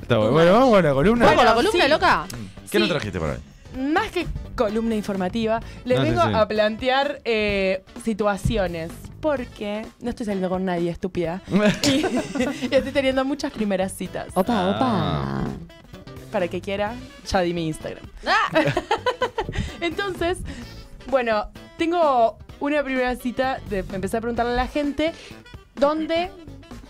Está bueno. Bueno, vamos a la columna. ¿Vamos a la Bueno, columna, sí. loca? ¿Qué nos Sí. trajiste para hoy? Más que columna informativa, les No, sí, vengo sí. a plantear eh, situaciones. Porque no estoy saliendo con nadie, estúpida. Y, y estoy teniendo muchas primeras citas. Opa, Ah. opa. Para que quiera, ya di mi Instagram. Ah, Entonces, Bueno, tengo una primera cita de empezar a preguntarle a la gente dónde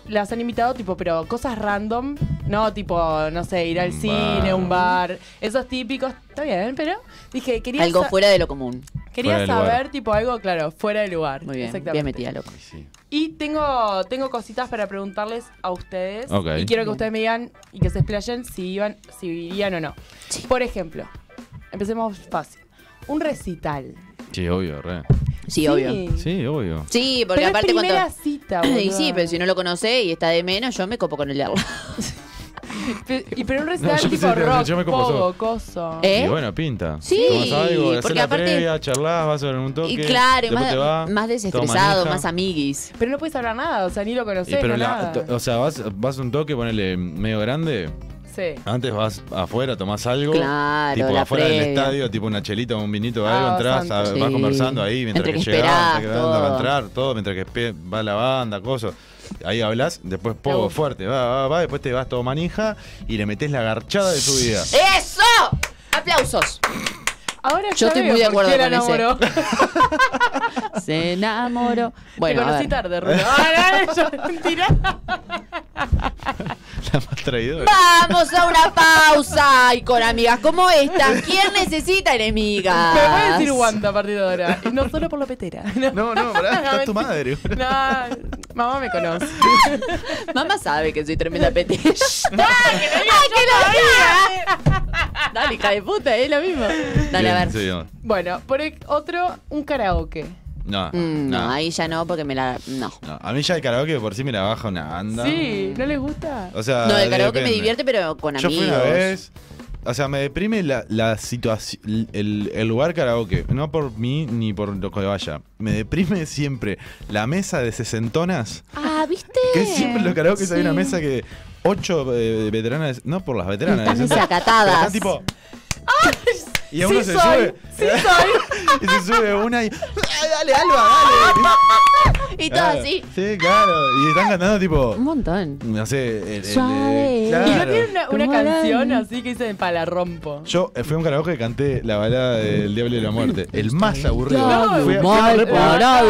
las han invitado, tipo, pero cosas random, no tipo, no sé, ir al Un cine, bar. un bar, esos típicos, está bien, pero dije, quería, Algo sa- fuera de lo común. Fuera quería de lugar. saber, tipo, algo, claro, fuera de lugar. Muy bien, Exactamente. bien metida, loco. Y sí. Y tengo, tengo cositas para preguntarles a ustedes. Ok. Y quiero que Bien. ustedes me digan y que se explayen si iban, si irían o no. Por ejemplo, empecemos fácil. Un recital. Sí, obvio, re. Sí, obvio. Sí, obvio. Sí, porque Pero aparte es primera cuando... cita, Y boluda. sí, pero si no lo conoce y está de menos, yo me copo con el de al lado. Pe- y pero un recital No, yo tipo pensé que- rock, yo me como pogo, solo. coso. ¿Eh? Y bueno, pinta. Sí, Tomas algo, haces porque la aparte- previa, charlas, vas a ver un toque. y claro, y después te más, vas, más desestresado, tomas manija. más amiguis. Pero no puedes hablar nada, o sea, ni lo Y conoces, Eh, pero no la- nada. to- o sea, vas, vas un toque, ponele medio grande. Sí. Antes vas afuera, tomás algo. Claro, tipo la afuera del previa. estadio, tipo una chelita, un vinito, Ah, algo, entras, bastante. vas Sí. conversando ahí mientras Entre que que, llegás, esperás, mientras que la banda va a todo. entrar, todo, mientras que espe- va la banda, cosas. Ahí hablas, después poco gusta. fuerte, va, va, va, después te vas todo manija y le metes la garchada de tu vida. ¡Eso! ¡Aplausos! Ahora Yo ya estoy veo muy de por qué acuerdo la con ese. enamoró. Se enamoró. Bueno, Te a conocí ver. tarde, Rulo. Ah, no, yo- mentira. La más traidora. Vamos a una pausa y con amigas como esta, ¿quién necesita enemigas? Me voy a decir Wanda a partir de ahora. Y no solo por la petera. No, No, no, pará, está tu mentira. madre. boludo. No, mamá me conoce. Mamá sabe que soy tremenda petilla. ¡Ay, Ah, que lo Ah, diga! Dale, hija de puta, es lo mismo. Dale, a Bien, ver. sí, vamos. Bueno, por e- otro, un karaoke. no, Mm, no, no, ahí ya no, porque me la. No. no. A mí ya el karaoke por sí me la baja una banda. Sí, ¿no les gusta? O sea, No, el karaoke me Ah, depende. divierte, pero con Yo amigos. fui una vez. O sea, me deprime la, la situación, el, el lugar karaoke. No por mí ni por lo que vaya. Me deprime siempre la mesa de sesentonas. Ah, ¿viste? Que siempre en los karaoke hay una Sí. mesa que ocho eh, veteranas, no por las veteranas. Están de sesentonas, desacatadas. pero están tipo... Y a uno sí se soy, sube. sí soy. y se sube una y... "Ah, Dale, Alba, Y todo dale. así. ah, Sí, claro. Y están cantando tipo... Un montón. No sé... el- el- el- Suave. claro. Y no tiene una, una Como canción la- así que dicen palarrompo. Yo eh, fui a un karaoke que canté la balada del Diablo y la Muerte. El más aburrido. No, fui, a- fui a mal re poner- parado.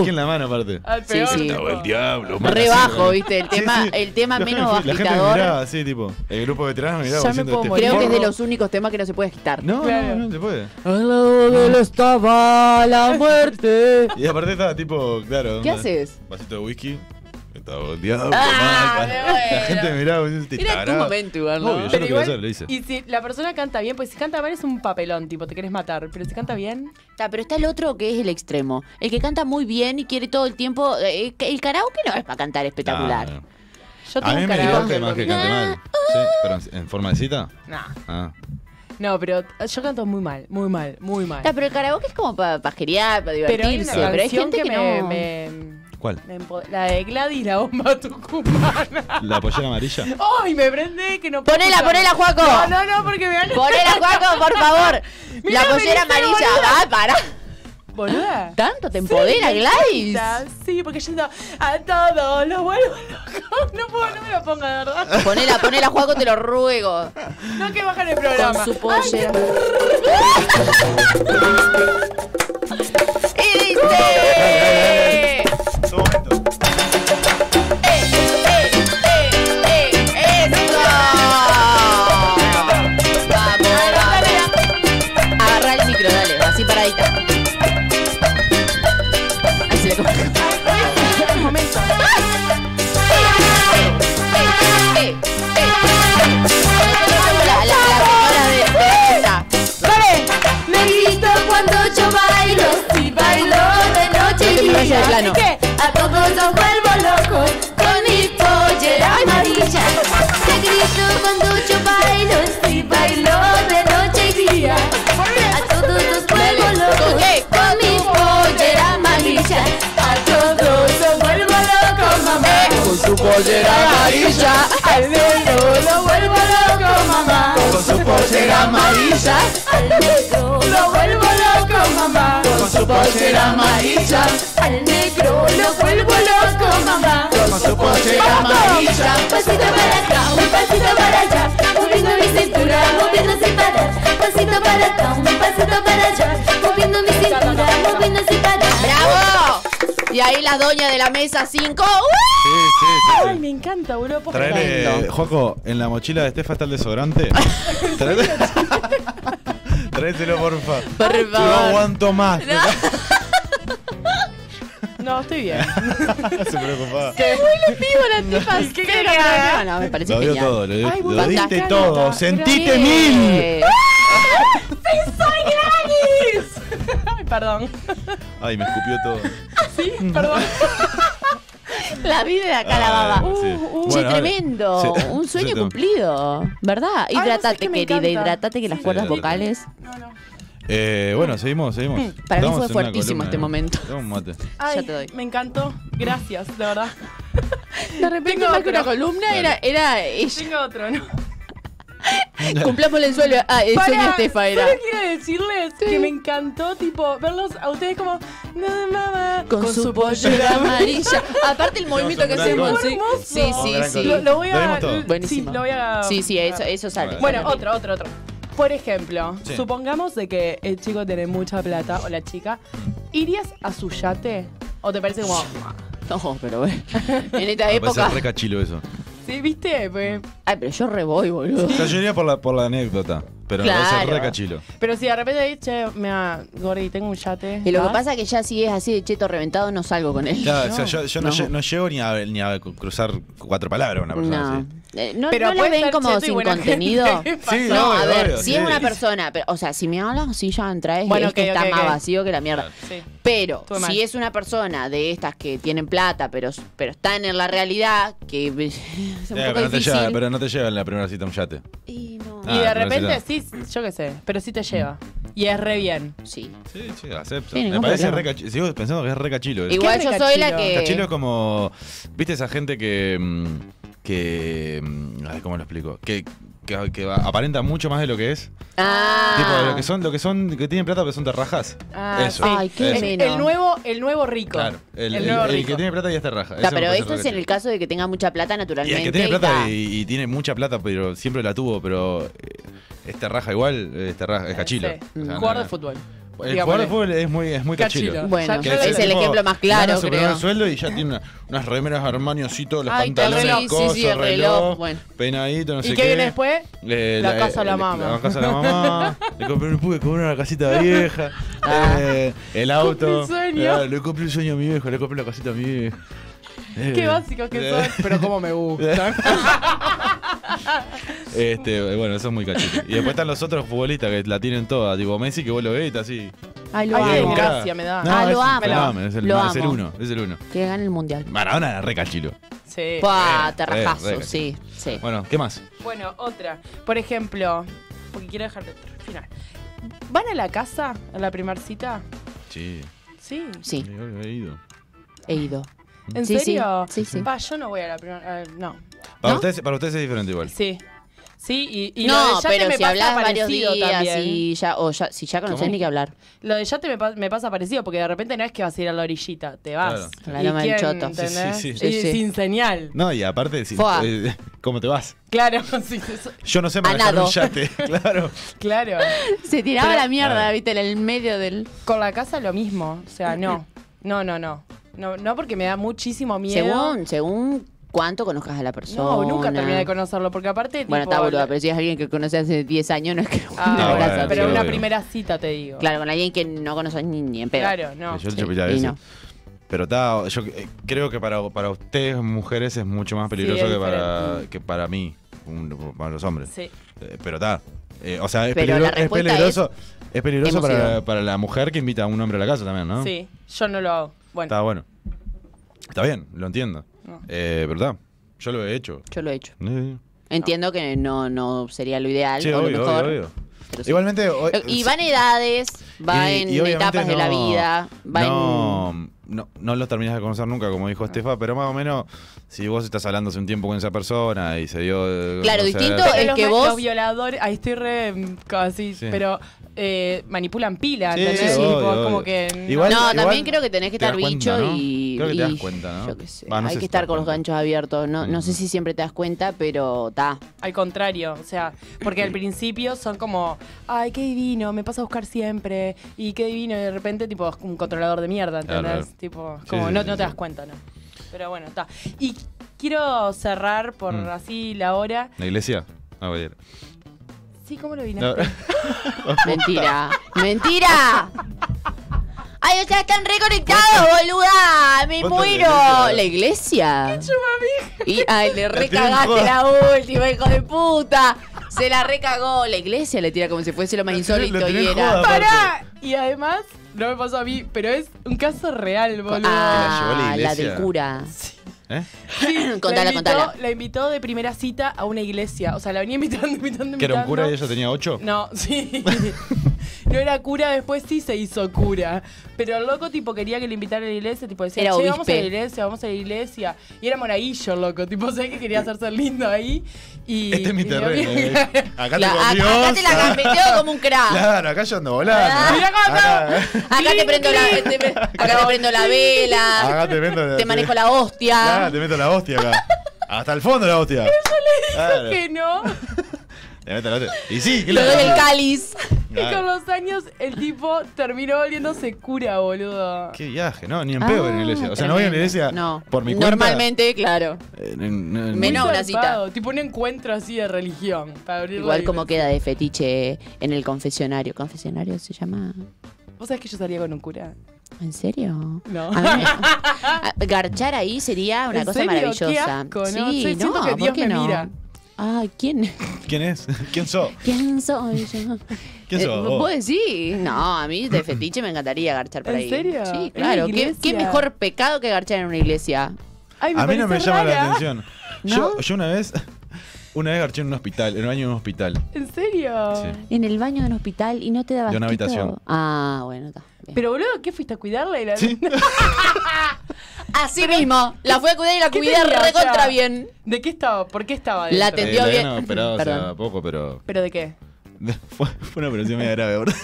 aquí en la mano, aparte. Sí, Al peor. sí. tipo. diablo. Re bajo, ¿viste? El Sí, tema, sí. el tema La menos gente- La gente me miraba agitador. así, tipo. El grupo de veteranos miraba Ya me diciendo, puedo "Este morir". Creo que es de forro". los únicos temas que no se puede quitar. No, no, Claro. no se puede. Al lado de él estaba la muerte. Y aparte estaba tipo, claro. ¿Qué onda, haces? Vasito de whisky. Estaba el diablo. Ah, mal, me mal. La muero. gente me miraba diciendo, "Este Era tu tarado". momento igual, ¿no? Obvio, yo Pero lo que igual, hacer, lo hice. y si la persona canta bien, pues si canta mal es un papelón, tipo, te querés matar. Pero si canta bien, Está, pero está el otro que es el extremo. El que canta muy bien y quiere todo el tiempo. eh, El karaoke no es para cantar espectacular. Ah, yo A tengo mí un me divierte karaoke. más que loco. cante mal. Sí, pero en- en forma de cita. Nah. Ah. No, pero t- yo canto muy mal, muy mal, muy mal. Está, pero el karaoke es como para pajerear, para Pero hay divertirse. una Pero hay, canción gente que, me, no. me- ¿Cuál? me empo- la de Gladys, la bomba tucumana. La pollera amarilla. ¡Ay, me prendé que no puedo Ponela, escuchar. ponela, Juaco. No, no, no, porque me van a... Ponela, Juaco, por favor. Mirá, la pollera Melissa, amarilla. boluda. Ah, pará. Boluda. ¿Tanto te Sí, empodera, me Gladys? encanta. Sí, porque yendo a todos los vuelvo locos. No puedo, no me lo ponga, de verdad. Ponela, ponela, Juaco, te lo ruego. No que bajan el Con programa. su pollera. y dice... ¡Eh, eh, eh, eh! ¡Eso! Vamos, vamos. Agarra el micro, dale, así paradita. Ahí se le coge. Eh, eh, eh, eh, eh. Nosotros somos la- la- las señoras de- de la mesa. Me grito cuando yo bailo, si bailo de noche No y Este te me vayas de día. plano. Así que a todos los vuelvo locos con mi pollera amarilla. Me grito cuando yo bailo, si bailo de noche y día. A todos los vuelvo Dale. ¿Con locos qué? con mi pollera amarilla. A todos los vuelvo locos, mamá. Eh, Con su pollera amarilla. Al negro lo vuelvo loco, mamá. Con su pollera amarilla. Al negro lo vuelvo loco, mamá. Con su pollera amarilla. Al negro lo vuelvo loco, mamá. Con su pollera amarilla. Un pasito para acá, un pasito para allá. Moviendo mi cintura, moviendo sin parar. Pasito para acá, un pasito para allá. Moviendo mi cintura, Y ahí las doñas de la mesa 5. Sí, sí, Ay, sí, sí. me encanta, boludo. posta. Traele, Joco, en la mochila de Estefa está el desodorante. Traele- Tráeselo, porfa. No Por favor. aguanto más. No, estoy bien. Se preocupaba. ¿Qué Pero, querés que haga? no, no, me parece Lo dio genial. todo, lo, dio- Ay, lo boludo, diste bacana, todo. bacana. Sentiste mil. Eh, Ay, perdón. Ay, me escupió todo. Sí, perdón. La vida de acá la Ay, baba. sí. Che, Ah, Bueno, ahora- Uh, tremendo. Sí. Un sueño Sí, no. cumplido. ¿Verdad? no sé, Hidratate, es que me querida. encanta. Hidratate que las Sí, cuerdas sí. vocales. Eh, bueno, seguimos, seguimos. Para mí Estamos fue en una fuertísimo columna, este ¿no? momento. Toma un mate. Ay, Ya te doy. Me encantó. Gracias, de verdad. De repente, Tengo más que una otro. columna, era, era ella. Tengo otro, ¿no? Cumplamos el sueño. Ah, el sueño de Estefa era. solo quiero decirles que me encantó, tipo, verlos a ustedes como... "No, mamá", Con, su pollera amarilla. Aparte el movimiento un que gran hacemos. gol. Sí, Hermoso. sí, sí. gran sí. gol. Lo, lo voy Lo a... vimos todo. Buenísimo. Sí, lo voy a... Sí, sí, eso, eso sale. Bueno, Sale. otro, otro, otro. Por ejemplo, Sí. supongamos de que el chico tiene mucha plata, o la chica, ¿irías a su yate? ¿O te parece como... No, pero bueno. En esta Me parece época. re cachilo eso. Sí, viste? Pues, Ay, pero yo re voy, boludo. O sea, yo iría por la, por la anécdota, pero me parece Claro. re cachilo. Pero si de repente dices, che, mira, Gordi, tengo un yate. Y lo que ¿vas? pasa es que ya si es así de cheto reventado, no salgo con él. Claro, o sea, yo, yo no, No. lle- no llego ni a, ni a cruzar cuatro palabras a una persona No. así. Eh, no, Pero no lo puede ven ser como cheto y sin buena contenido. gente. Sí, No, a obvio, ver, obvio, si sí. es una persona, pero, o sea, si me hablas, si ya entra, es Bueno, es que ok, está ok, más ok. vacío que la mierda. Sí. Pero Estuve mal. si es una persona de estas que tienen plata, pero, pero están en la realidad, que es un Eh, poco pero, no te difícil. lleva, pero no te lleva en la primera cita un yate. Y no. Ah, y de pero repente, sí sí, yo qué sé, pero sí te lleva. Y es re bien. Sí. Sí, sí, acepto. Sí, Me ningún parece problema. re cachilo. Sigo pensando que es re cachilo. eso. Igual es yo de soy la cachilo? que. Cachilo es como. ¿Viste esa gente que. mm, que. mm, ay, ¿Cómo lo explico? Que. Que, que aparenta mucho más de lo que es. Ah. Tipo, lo que son, lo que son, que tienen plata pero son terrajas. Ah, Eso. sí. Ay, qué Eso. El, menos. el nuevo, el nuevo rico. Claro. El, El, el- nuevo el rico. que tiene plata ya es terraja. Ta, Eso me pero parece re esto es en cachilo. el caso de que tenga mucha plata, Y naturalmente. el que tiene y plata ta. y, y tiene mucha plata, pero siempre la tuvo, pero eh, es terraja igual, es terraja, es cachilo. Eh, Sí. O sea, Jugador no- de fútbol. El Digámosle. jugador de fútbol es muy, es muy cachilo. Cachilo. Bueno, Ya- Que ya es lo- el ejemplo más claro, gana su primer creo. sueldo y ya tiene una- unas remeras Armani así, todos los Ay, qué pantalones, reloj. Sí, cosas, sí, sí, el reloj, reloj, bueno. peinadito, no sé ¿Y qué viene después? Eh, La casa a la eh, mamá. La casa a la mamá. le compré un pude, compré una casita vieja. eh, el auto. Cumplí un Ah. sueño. Claro, le compré un sueño a mi viejo, le compré la casita a mi Eh. viejo. Qué básicos que son. Pero cómo me gustan. Este, bueno, eso es muy cachito. Y después están los otros futbolistas que la tienen toda, tipo Messi que vos lo ves y está así. Ay, lo Ay, Bien, qué amo. cara. gracia me da. No, Ah, es lo un amo. fenómeno, Es el, Lo es el amo. uno, es el uno. Que gane el mundial. Maradona era re cachilo. Sí. Pa, re, re, terrajazo, re. sí, sí. Bueno, ¿qué más? Bueno, otra. Por ejemplo, porque quiero dejarte otro, final. ¿Van a la casa a la primera cita? Sí, Sí. Sí, yo he ido. he ido. ¿En Sí, sí. serio? Sí, sí. Pa, yo no voy a la primera. eh, no. Para, ¿No? ustedes, para ustedes es diferente igual. Sí. Sí, y, y lo no, de yate pero me si pasa hablas varios parecido días también. y ya, o ya, si ya conocés ¿Cómo? ni que hablar. Lo de yate me, pa- me pasa parecido porque de repente no es que vas a ir a la orillita, te vas. Claro. A la ¿Y loma del quién, choto. ¿entendés? Sí, sí, sí. Y Sí, sí. sin señal. No, y aparte, si- Fua. eh, ¿cómo te vas? Claro, sí, sí, sí, Yo no sé A manejar nado. un yate, claro. claro. Se tiraba Pero- la mierda, Claro. viste, en el medio del. Con la casa lo mismo, o sea, no. No, no, no. No, no porque me da muchísimo miedo. Según, según cuánto conozcas a la persona. No, nunca terminé de conocerlo, porque aparte. Bueno, tipo, está boluda, la- pero si es alguien que conoces hace 10 años, no es que. Ah, No, una bueno, abrazo, bueno, pero sí, una obvio. primera cita te digo. Claro, con alguien que no conoces ni, ni en pedo. Claro, no. yo lo sí, chapé ya a y veces. no. Pero está, yo eh, creo que para, para ustedes, mujeres, es mucho más peligroso es que, para, diferente. que para mí, un- para los hombres. Sí. Eh, pero está. Eh, o sea, es, Pero peligro- la es respuesta peligroso, es peligroso hemos para, ido. para la mujer que invita a un hombre a la casa también, ¿no? Sí, yo no lo hago. Bueno, Está bueno. Está bien, lo entiendo. Eh, pero está, yo lo he hecho. Yo lo he hecho. Eh, Entiendo que no, no sería lo ideal sí, o lo obvio, mejor. obvio, obvio. pero sí. Igualmente, hoy- Y va en edades, va Y- en y obviamente etapas de la no- vida, va no, no, no los terminas de conocer nunca, como dijo Estefa, pero más o menos, si vos estás hablando hace un tiempo con esa persona y se dio. eh, Claro, conocer- distinto es los que ma- vos- Los violadores. Ahí estoy re. mm, Casi. Sí. Pero eh, manipulan pila, Sí, ¿entendés? obvio, Tipo, es obvio. como que. mm, Igual- no, igual también creo que tenés que te estar das cuenta, bicho ¿no? y. Creo que te y- das cuenta, ¿no? yo qué sé. Va, no Hay sé que si estar te con los das ganchos abiertos. No, no sé Mm. si siempre te das cuenta, pero está. Al contrario, o sea, porque al principio son como, ay, qué divino, me pasa a buscar siempre, y qué divino, y de repente, tipo, es un controlador de mierda, Claro, ¿entendés? claro. Tipo, Sí, como, sí, no, sí, no te sí. das cuenta, ¿no? Pero bueno, está. Y quiero cerrar por Mm. así la hora. ¿La iglesia? No, cualquiera. Sí, ¿cómo lo vine? No. Mentira. ¡Mentira! ¡Ay, ustedes están reconectados, boluda! ¡Me ¿Cuánto muero! de ¿La iglesia? Y, ay, le recagaste tiró. la última, hijo de puta. Se la recagó. La iglesia le tira como si fuese lo más La tiró- la insólito tiró en y joda, era. aparte. ¡Pará! Ah, Y además, no me pasó a mí, pero es un caso real, boludo. llevó la Ah, la iglesia. del cura. ¿Eh? Sí, Contala, la invitó, contala. La invitó de primera cita a una iglesia. O sea, la venía invitando, invitando, invitando. ¿Que era un cura y ella tenía ocho? No, sí. No era cura, después sí se hizo cura. Pero el loco, tipo, quería que le invitaran a la iglesia. Tipo, decía, Era che, vamos a la obispo. iglesia, vamos a la iglesia. Y era monaguillo, loco. Tipo, sé que quería hacerse el lindo ahí. Y, Este es mi y digo, terreno. mira, eh. Acá te La- acá- acá te la gambeteó como un crack. Claro, acá yo ando volando. Mira cómo Acá, Acá te prendo la, te pre- acá te prendo la vela. acá te meto Te manejo la Claro, hostia. te meto la hostia acá. Hasta el fondo la hostia. Claro, que no. te meto la hostia. Y sí, Te doy el claro. cáliz. Y con Claro. los años, el tipo terminó volviéndose cura, boludo. Qué viaje, no, ni en pedo en la iglesia. Ah, O sea, no voy a la iglesia No. por mi cuenta. Normalmente, claro. Eh, no, no, no. Menos una Zarpado, Tipo un encuentro así de religión. Para abrir la Igual como iglesia. queda de fetiche en el confesionario. ¿Confesionario se llama? ¿Vos sabés que yo salía con un cura? ¿En serio? No. A mí me- a- Garchar ahí sería una ¿En cosa serio? Qué maravillosa. asco, ¿no? Sí, Sí, siento no, que ¿por Dios qué me no? mira. Ay, ¿quién? eh, ¿Quién es? ¿Quién sos? ¿Quién soy yo? ¿Quién sos vos? Eh, ¿Vos decís? No, a mí de fetiche me encantaría garchar por ¿En ahí. serio? Sí, ¿En claro. la ¿Qué, iglesia? qué mejor pecado que garchar en una iglesia? Ay, A mí no me parece llama la rara. atención. Yo, ¿No? yo una vez, una vez garché en un hospital, en un baño de un hospital. ¿En serio? Sí. En el baño de un hospital y no te dabas De una habitación. Ah, bueno, está. bien. Pero boludo, ¿qué fuiste a cuidarla? Y la- Sí. Así mismo, la fui a cuidar y la ¿Qué cuidé tenía? O sea, recontra bien. ¿De qué estaba? ¿Por qué estaba La dentro? te- Entendió la bien. habían operado hace Perdón. poco, pero ¿Pero de qué? fue, fue una operación media grave, ¿verdad?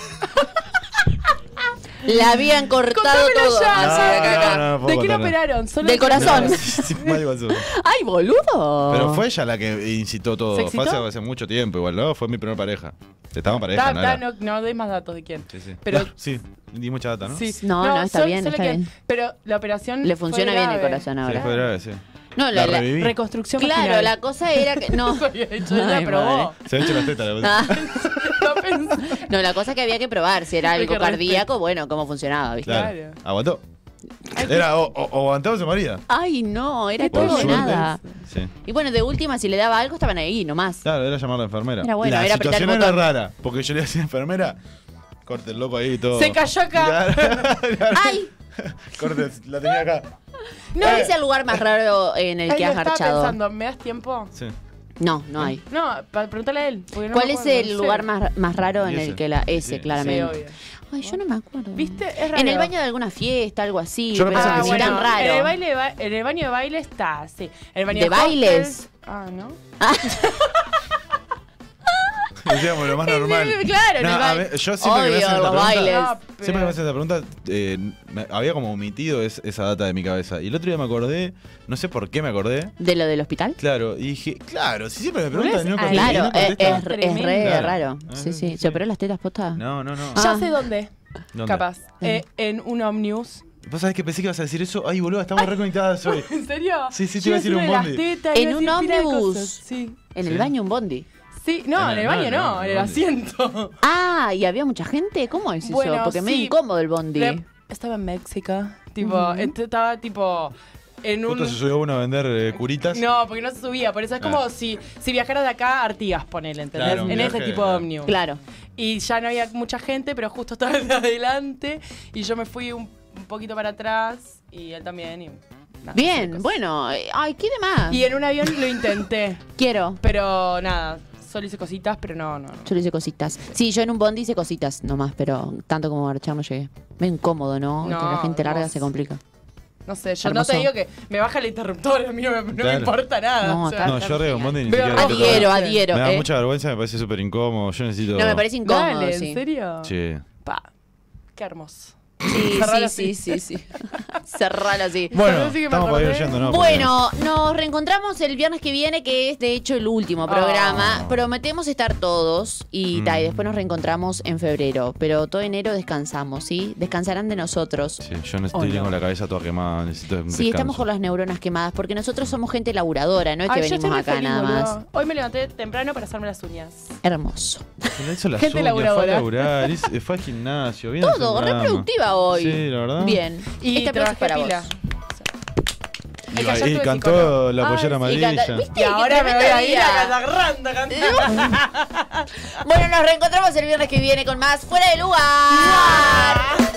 La habían cortado Contámelo todo. Ah, ya. Así de Ah, acá, acá. no, no puedo ¿De qué la contar nada. operaron? Solo Del el- corazón. Oh. No, sí, sí, fue algo así. Ay, boludo. Mm, Pero fue ella la que incitó todo. ¿Se Fue hace, excitó? hace mucho tiempo, igual, ¿no? Fue mi primera pareja. Estaba en pareja, Ta- ¿no? ta, era? no, no des más datos de quién. Sí, sí. Pero- No, sí, di mucha data, ¿no? Sí. No, no, está bien, está que- bien. Pero la operación. Le fue funciona bien el grave. corazón Sí, ahora. fue grave, sí. no, La la, la- reviví. Reconstrucción claro, vaginal. la cosa era que no. Eso había hecho, ella Ay, probó. Se ha hecho las tetas. La... Ah, No pensé. no, la cosa es que había que probar si era Hay algo que respetar. cardíaco, bueno, cómo funcionaba, ¿viste? Claro. Claro. Aguantó. Era o, o- o aguantaba o se moría. Ay, no, era Por todo de suerte. nada. Sí. Y bueno, de última, si le daba algo, estaban ahí nomás. Claro, era llamar a la enfermera. Era bueno, la era apretar el situación era botón. rara, porque yo le decía a la enfermera, corte el loco ahí y todo. Se cayó acá. Claro, claro. ¡Ay! Corte, la tenía acá. No es el lugar más raro en el Ay, que lo has estaba garchado. pensando, ¿me das tiempo? Sí. No, no hay. No, pa- pregúntale a él. porque no ¿Cuál me es acuerdo, el no lugar sé. más, más raro en Y el ese. que Sí, la... Ese, sí, Sí, claramente. obvio. Ay, yo no me acuerdo. ¿Viste? Es raro. Ah, En el baño de alguna fiesta, algo así. Yo lo pero pensé no que es sí. tan bueno, raro. En el, baile de ba- en el baño de baile está, sí. En el baño ¿De cócteles- bailes? Ah, ¿no? Decíamos lo más normal. Claro, en No, el a baile. ver, yo siempre que me hacen Obvio, esta los pregunta, bailes. No, Siempre que me hacen esta pregunta, eh, me- había como omitido es- esa data de mi cabeza. Y el otro día me acordé, no sé por qué me acordé. ¿De lo del hospital? Claro, y dije, claro, si siempre me preguntan, y no, Ah, contesto, y Claro, no es, contesto. es re- es Tremendo. re Claro. raro. Ah, sí, Sí, sí. sí. ¿Se operó las tetas postas? No, no, no. Ya Ah. sé dónde, ¿Dónde? capaz. Eh, en un Omnius. ¿Vos sabés que pensé que ibas a decir eso? Ay, boludo, estamos reconectadas hoy. ¿En serio? Sí, sí, te Yo iba a decir una un de las bondi. tetas, iba En a un decir pila de ómnibus. cosas, Sí. En el Sí. baño un bondi. Sí, no, en el baño no, en el bondi. asiento. Ah, y había mucha gente. ¿Cómo es Bueno, eso? Porque me sí. medio incómodo el bondi. Le- Estaba en México. Tipo, este estaba tipo en un. Justo se subió uno a vender eh, curitas. No, porque no se subía, por eso es como Ah. si, si viajaras de acá a Artigas, ponele, ¿entendés? Claro, un en ese viaje, tipo de ah. ómnibus. Claro. Y ya no había mucha gente, pero justo estaba el de adelante y yo me fui un, un poquito para atrás y él también. y nada, esas Bien, cosas. bueno. eh, Ay, ¿quiere más? Y en un avión lo intenté, Quiero. pero nada, solo hice cositas, pero no, no. no. Yo le hice cositas. Sí, yo en un bondi hice cositas nomás, pero tanto como marchar no llegué. Me incómodo, ¿no? No, Con la gente larga hermoso. se complica. No sé, yo Hermoso. no te digo que me baja el interruptor, a mí no me, no me Claro. importa nada. No, o sea. está- No, yo re Bondi ni Veo siquiera. raro. lo toco. Adhiero, Pero- adhiero. me da eh. mucha vergüenza, me parece súper incómodo. Yo necesito. No, me parece incómodo. Dale, sí. ¿en serio? Che. Pa, qué hermoso. Sí, Cerralo sí, así. sí, sí, sí. Cerralo así. Bueno, Parece que me estamos para ir acordé. yendo, ¿no? Porque- Bueno, nos reencontramos el viernes que viene, que es de hecho el último programa. Ah. Prometemos estar todos y, ta, y Mm. después nos reencontramos en febrero. Pero todo enero descansamos, ¿sí? Descansarán de nosotros. Sí, yo no estoy Oh, no. con la cabeza toda quemada, necesito un Sí, descanso. estamos con las neuronas quemadas porque nosotros somos gente laburadora, no es que Ay, yo estoy venimos muy acá feliz, nada boludo. más. Hoy me levanté temprano para hacerme las uñas. Hermoso. Con eso las uñas, Gente Fue laburadora. a laburar, hice- fue al gimnasio. Bien Todo, reproductiva hoy. Sí, la verdad. Bien. Y Este aplauso trabajé es para pila. vos. Y, Ay, que ayer y tuve cantó psicólogo. la Ay, pollera Ah, sí, canta- amarilla. ¿Viste? Qué Y ahora me voy tremendo a ir día. a Casagrande a cantar. Bueno, nos reencontramos el viernes que viene con más Fuera de Lugar.